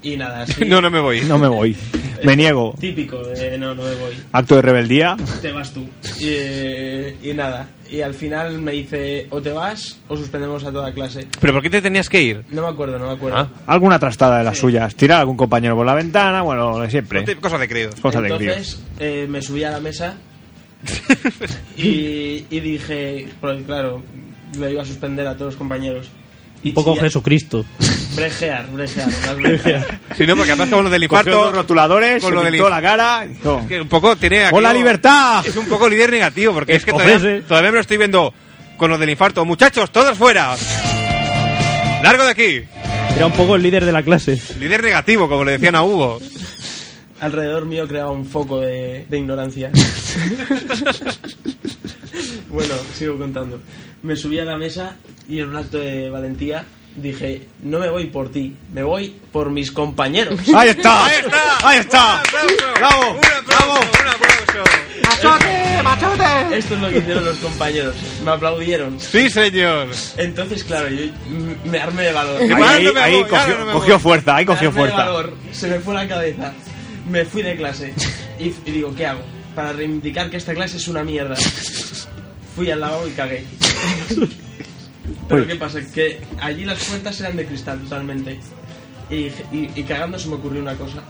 Y nada, así.
(laughs) (laughs)
Eh,
No, no me voy.
No me voy. Me niego.
Típico, de no, no me voy.
Acto de rebeldía.
Te vas tú. Y, eh, y nada, y al final me dice, o te vas o suspendemos a toda clase.
¿Pero por qué te tenías que ir?
No me acuerdo, no me acuerdo.
Ah.
Alguna trastada de las suyas. Tirar a algún compañero por la ventana. Bueno, lo de siempre.
Cosa de creído.
Cosa de crío.
Entonces eh, me subí a la
(laughs)
mesa y, y dije, porque claro, le iba a suspender a todos los compañeros. Y
Un poco
chillar-
Jesucristo.
Brejear, brejear, las brejeas.
(laughs) Sí, no, porque además con lo del
Cogió
infarto.
dos rotuladores,
con
se
lo del
pintó
infarto.
la cara. y dijo,
que un poco tiene.
¡Con la
aquello-
libertad! Eh,
Es un poco líder negativo, porque es que
Escocese.
todavía, todavía me lo estoy viendo con lo del infarto. Muchachos, todos fuera. ¡Largo de aquí!
Era un poco el líder de la clase.
Líder negativo, como le decían a Hugo.
Alrededor mío creaba un foco de, de
(laughs)
ignorancia. bueno, sigo contando. Me subí a la mesa y en un acto de valentía dije, no me voy por ti, me voy por mis compañeros.
(laughs) ¡Ahí está!
¡Ahí está!
¡Ahí está!
¡Bravo!
¡Bravo!
¡Un aplauso! ¡Un aplauso!
Esto es lo que hicieron los compañeros. Me aplaudieron.
¡Sí, señor!
Entonces, claro, yo m- me armé de valor.
Qué
Ahí,
mal,
ahí-
no me
ahí
voy, ya
cogió,
no me
cogió
voy.
fuerza, ahí
Me
cogió
armé de
fuerza.
valor, se me fue la cabeza. Me fui de clase. Y, y digo, ¿qué hago? Para reivindicar que esta clase es una mierda. Fui al lavabo y
(laughs)
cagué. Pero ¿qué pasa? Que allí las puertas eran de cristal totalmente. Y, y- y cagando se me ocurrió una cosa.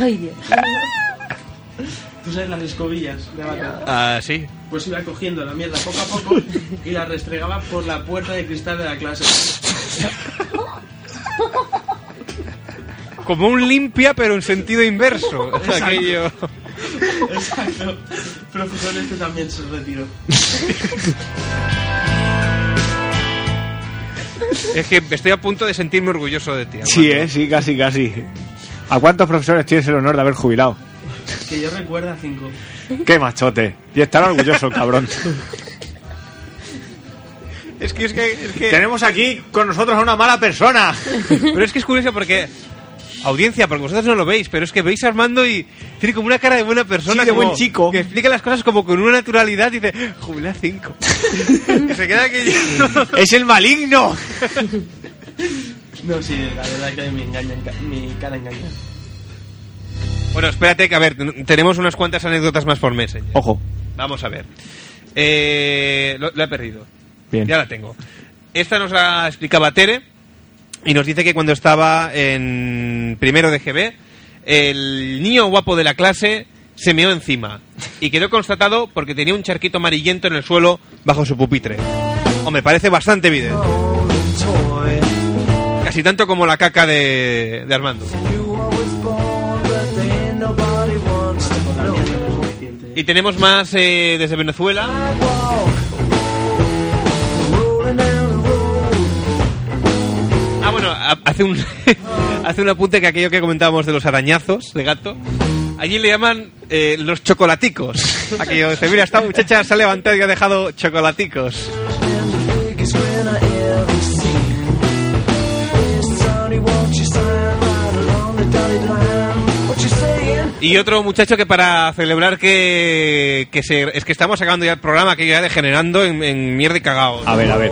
Ay, Dios.
¿Tú sabes las escobillas de vaca?
Ah, sí.
Pues iba cogiendo la mierda poco a poco y la restregaba por la puerta de cristal de la
(laughs)
clase.
Como un limpia, pero en sentido (laughs) inverso. Aquello.
Exacto. Profesor, este también se retiró.
Es que estoy a punto de sentirme orgulloso de ti.
Sí,
Armando.
eh, sí, casi, casi. ¿A cuántos profesores tienes el honor de haber jubilado?
Que yo recuerda cinco.
¡Qué machote! Y estará orgulloso, el
(laughs)
cabrón.
Es que es que, es que-
Tenemos aquí con nosotros a una mala persona.
(laughs) Pero es que es curioso porque. Audiencia, porque vosotros no lo veis, pero es que veis a Armando y tiene como una cara de buena persona.
Sí, de
como-
buen chico.
Que explica las cosas como con una naturalidad y dice: Jubilá
(laughs)
5. se queda que
¡Es el maligno!
(laughs) No, sí, la verdad que me engañan, ca- mi cara engaña.
Bueno, espérate que a ver, ten- tenemos unas cuantas anécdotas más por mes. ¿eh? señor.
Ojo.
Vamos a ver. Eh, lo, la he perdido.
Bien.
Ya la tengo. Esta nos la explicaba Tere y nos dice que cuando estaba en primero de GB, el niño guapo de la clase se meó encima y quedó constatado porque tenía un charquito amarillento en el suelo bajo su pupitre. O me parece bastante evidente. Casi tanto como la caca de, de Armando. Y tenemos más eh, desde Venezuela. Ah, bueno, ha- hace un, (laughs) hace un apunte que aquello que comentábamos de los arañazos de gato. Allí le llaman eh, los chocolaticos. Aquello dice, mira, esta muchacha se ha levantado y ha dejado chocolaticos. Y otro muchacho que para celebrar que, que se, es que estamos acabando ya el programa, que ya degenerando en, en mierda y cagao.
A ver, a ver.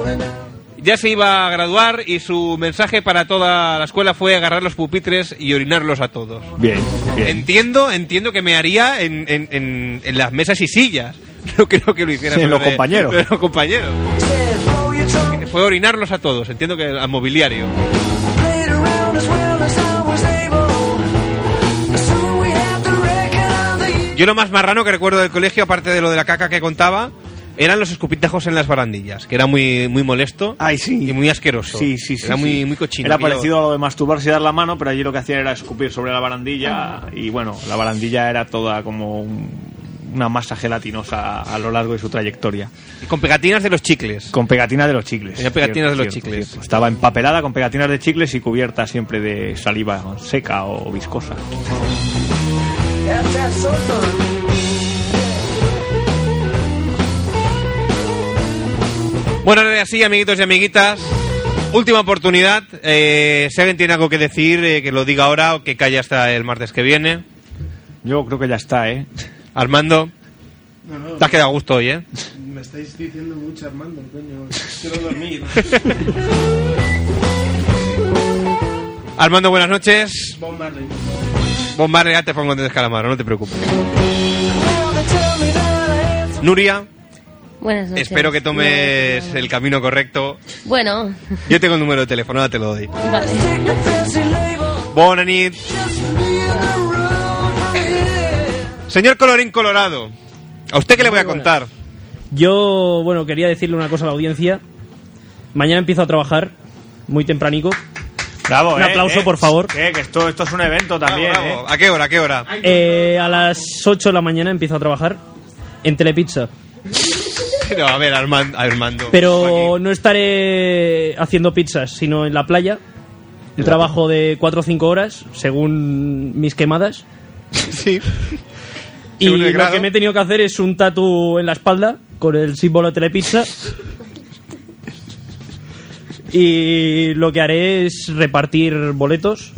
Ya se iba a graduar y su mensaje para toda la escuela fue agarrar los pupitres y orinarlos a todos.
Bien, bien.
Entiendo, entiendo que me haría en, en- en- en las mesas y sillas. (laughs) No creo que lo hiciera
Sí, en
pero
los
de-
compañeros.
pero (laughs) en los compañeros. Que Fue orinarlos a todos, entiendo que al mobiliario. Yo lo más marrano que recuerdo del colegio, aparte de lo de la caca que contaba, eran los escupitajos en las barandillas, que era muy, muy molesto
Ay, sí.
y muy asqueroso.
Sí, sí, sí.
Era
sí.
muy, muy cochino.
Era
aquello-
parecido a lo de masturbarse y dar la mano, pero allí lo que hacían era escupir sobre la barandilla. Y bueno, la barandilla era toda como un- una masa gelatinosa a lo largo de su trayectoria.
Y Con pegatinas de los chicles.
Con pegatinas de los chicles.
Tenía pegatinas de los chicles.
Estaba empapelada con pegatinas de chicles y cubierta siempre de saliva seca o viscosa.
Bueno, ahora sí, amiguitos y amiguitas. Última oportunidad. Eh, si alguien tiene algo que decir, eh, que lo diga ahora o que calle hasta el martes que viene.
Yo creo que ya está, ¿eh?
Armando,
No, no,
te has quedado a gusto
(laughs)
hoy, ¿eh?
me estáis diciendo mucho, Armando, (laughs) coño. Quiero dormir.
Armando, buenas noches.
Bob Marley.
Bombarde, ya te pongo de calamaro, no te preocupes. Nuria,
Buenas noches.
espero que tomes el camino correcto.
Bueno,
Yo tengo el número de teléfono, ahora te lo doy.
vale.
Bona nit. Señor Colorín Colorado, ¿a usted qué le voy a contar?
Yo, bueno, quería decirle una cosa a la audiencia. Mañana empiezo a trabajar, muy tempranico. (laughs)
Bravo,
Un
¿eh?
aplauso,
¿eh?
por favor.
Eh, que esto, esto es un evento también,
Bravo, bravo.
¿eh?
¿A qué hora? ¿A qué hora?
Eh, a las 8 de la mañana empiezo a trabajar en Telepizza.
(laughs) No, a ver, Armando. Armando.
Pero no estaré haciendo pizzas, sino en la playa. Trabajo de 4 o 5 horas, según mis quemadas.
Sí.
Y
Según el
lo
grado.
que me he tenido que hacer es un tatu en la espalda con el símbolo de Telepizza. Y lo que haré es repartir boletos,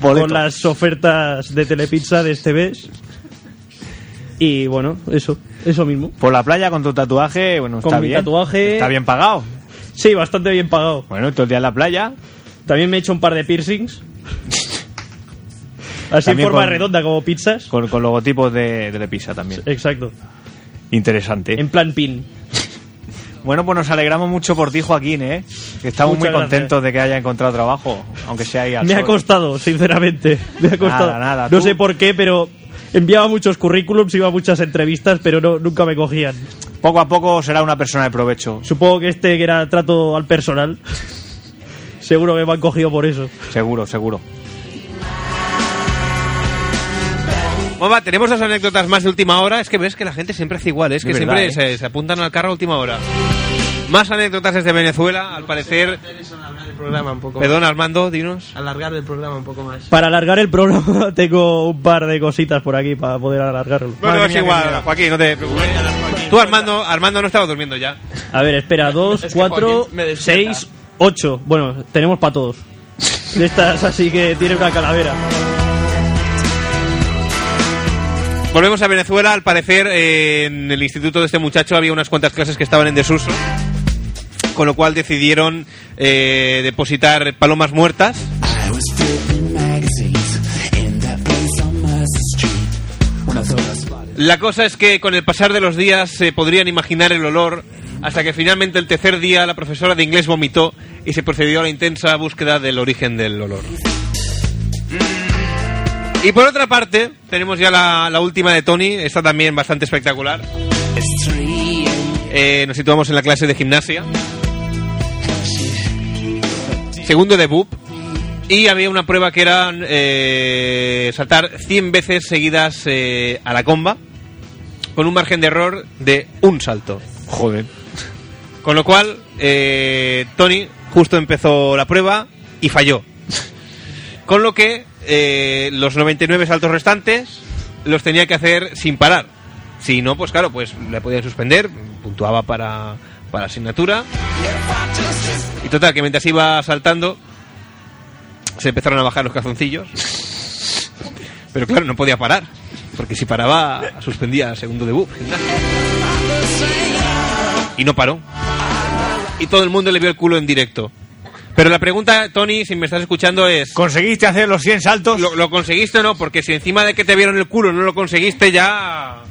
Boletos.
con las ofertas de Telepizza de este mes. Y bueno, eso, eso mismo.
Por la playa con tu tatuaje, bueno,
Con
está
mi
bien.
tatuaje.
Está bien pagado.
Sí, bastante bien pagado.
Bueno, todo el día en la playa.
También me he hecho un par de
(laughs)
piercings. Así
También
en forma
con-
redonda, como pizzas.
Con, con logotipos de, de Lepisa también.
Exacto.
Interesante.
En plan pin.
(laughs) Bueno, pues nos alegramos mucho por ti, Joaquín, ¿eh? Que estamos
Muchas gracias.
muy contentos de que haya encontrado trabajo, aunque sea ahí al
Me ha
sol.
costado, sinceramente. (laughs) Me ha costado.
Nada, nada,
no
tú-
sé por qué, pero enviaba muchos currículums, iba a muchas entrevistas, pero no, nunca me cogían.
Poco a poco será una persona de provecho,
Supongo que este que era trato al personal. (laughs) Seguro que me han cogido por eso.
seguro, seguro.
Bueno, va, tenemos dos anécdotas más de última hora. Es que ves que la gente siempre hace igual, es que
Es verdad,
siempre
¿eh?
se, se apuntan al carro a última hora. Más anécdotas desde Venezuela, al parecer.
Alargar el programa un poco
Perdón, Armando, dinos.
más. Alargar el programa un poco más.
Para alargar el programa (laughs) tengo un par de cositas por aquí para poder alargarlo.
Bueno,
Madre
es
mía, qué
igual,
mierda.
Joaquín, no te preocupes. Tú, Armando, Armando no estaba durmiendo ya.
A ver, espera, dos,
Es que
cuatro,
Joaquín me despierta.
seis, ocho. Bueno, tenemos para todos. De estas así que tiene una calavera.
Volvemos a Venezuela, al parecer eh, en el instituto de este muchacho había unas cuantas clases que estaban en desuso, con lo cual decidieron eh, depositar palomas muertas. La cosa es que con el pasar de los días se podrían imaginar el olor, hasta que finalmente el tercer día la profesora de inglés vomitó y se procedió a la intensa búsqueda del origen del olor. Y por otra parte, tenemos ya la, la última de Tony, esta también bastante espectacular. Eh, nos situamos en la clase de gimnasia. Segundo de BUP. Y había una prueba que era eh, saltar 100 veces seguidas eh, a la comba, con un margen de error de un salto.
Joder.
Con lo cual, eh, Tony justo empezó la prueba y falló. Con lo que eh, los 99 saltos restantes los tenía que hacer sin parar. Si no, pues claro, pues le podían suspender, puntuaba para, para asignatura. Y total, que mientras iba saltando, se empezaron a bajar los calzoncillos. Pero claro, no podía parar, porque si paraba, suspendía segundo debut. Y no paró. Y todo el mundo le vio el culo en directo. Pero la pregunta, Tony, si me estás escuchando, es...
¿Conseguiste hacer los 100 saltos?
¿Lo, lo conseguiste o no? Porque si encima de que te vieron el culo no lo conseguiste, ya.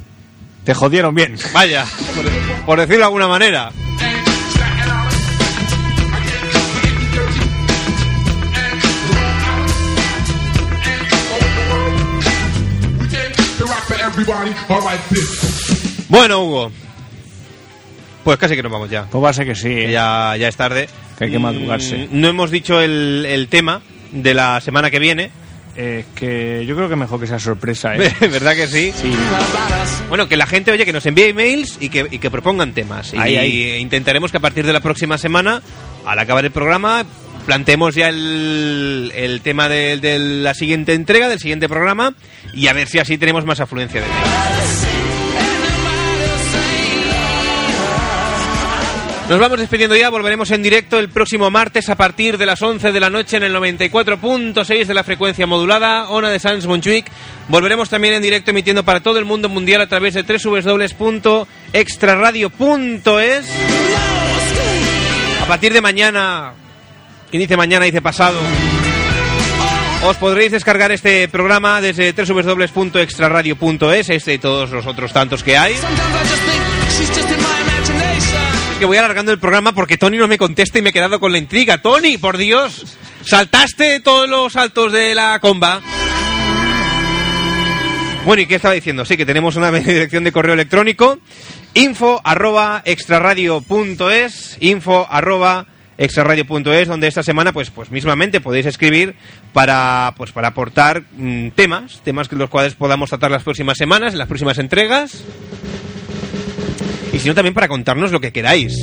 Te jodieron bien.
Vaya, por, por decirlo de alguna manera. Bueno, Hugo. Pues casi que nos vamos ya.
Pues va a ser que sí.
que
¿eh?
Ya, ya es tarde.
Que hay que
Mm,
madrugarse.
No hemos dicho el, el tema de la semana que viene. (laughs)
Eh, es que yo creo que mejor que sea sorpresa, ¿eh?
¿Verdad que sí? Bueno, que la gente, oye, que nos envíe emails y que, y que propongan temas. Y,
Ahí, ahí.
intentaremos que a partir de la próxima semana, al acabar el programa, planteemos ya el, el tema de, de la siguiente entrega, del siguiente programa, y a ver si así tenemos más afluencia de
"Oh,
emails. Nos vamos despidiendo ya, volveremos en directo el próximo martes a partir de las 11 de la noche en el 94.6 de la frecuencia modulada, Ona de Sans Montjuic. Volveremos también en directo emitiendo para todo el mundo mundial a través de www.extraradio.es. A partir de mañana, quien dice mañana dice pasado, os podréis descargar este programa desde www.extraradio.es, este y todos los otros tantos que hay. Es Que voy alargando el programa porque Tony no me contesta y me he quedado con la intriga. Tony, por Dios, saltaste todos los saltos de la comba. Bueno, ¿y qué estaba diciendo? Sí, que tenemos una (laughs) dirección de correo electrónico, info arroba extraradio.es, info arroba extraradio.es, donde esta semana, pues, pues mismamente podéis escribir para, pues, para aportar mm, temas, temas que los cuales podamos tratar las próximas semanas, en las próximas entregas. Y si sino también para contarnos lo que queráis.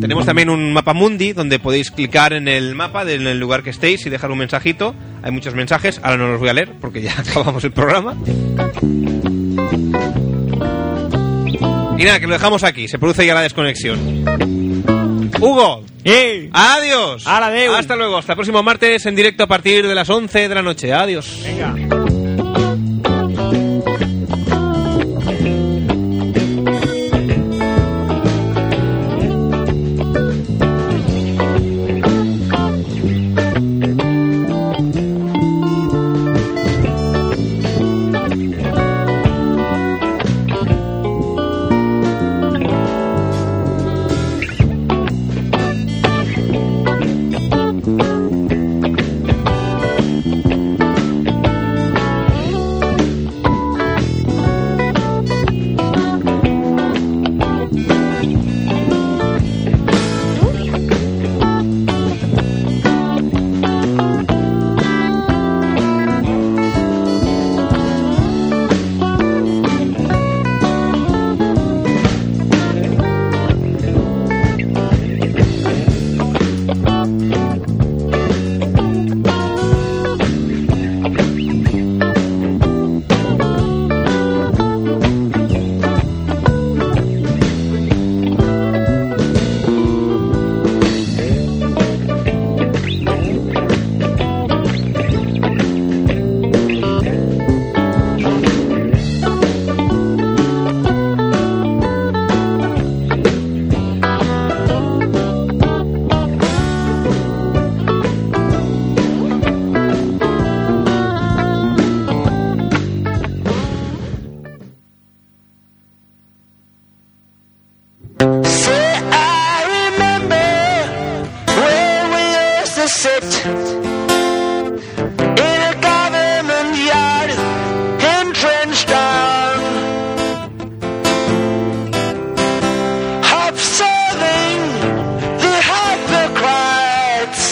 Tenemos también un mapa mundi donde podéis clicar en el mapa del en el lugar que estéis y dejar un mensajito. Hay muchos mensajes, ahora no los voy a leer porque ya (laughs) acabamos el programa. Y nada, que lo dejamos aquí, se produce ya la desconexión. Hugo,
¡Eh!
adiós.
Ala, adeu.
Hasta luego, hasta el próximo martes en directo a partir de las 11 de la noche. Adiós.
Venga.
Say I remember when we used to sit in a government yard entrenched on observing the hypocrites.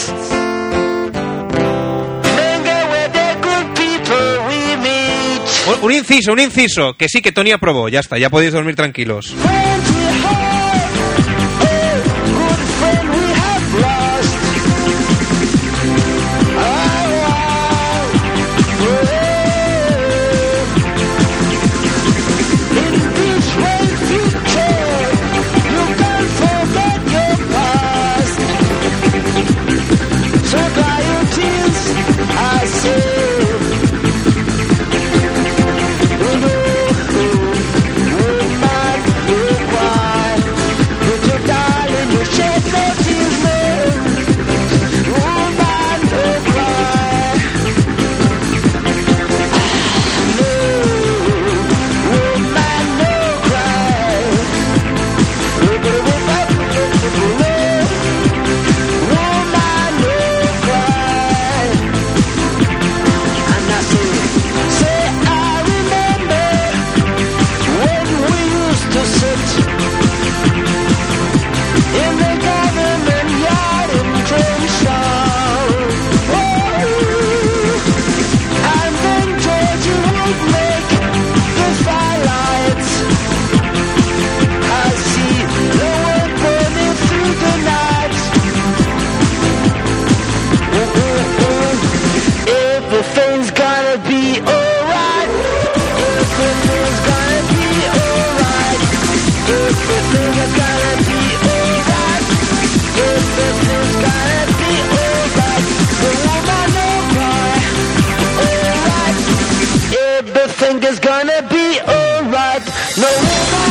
Mingle with the good people we meet.
Un, un inciso, un inciso, que sí, que Tony aprobó, ya está, ya podéis dormir tranquilos.
Friends we had, oh, good friend we have lost. Oh, oh. In this way future, you can forget your past. So dry your tears, I say. Everything's gonna be alright. Everything's gonna be alright. Everything's gonna be alright. Everything's gonna be alright. So woman, don't cry. Alright. Everything is gonna be alright. No woman.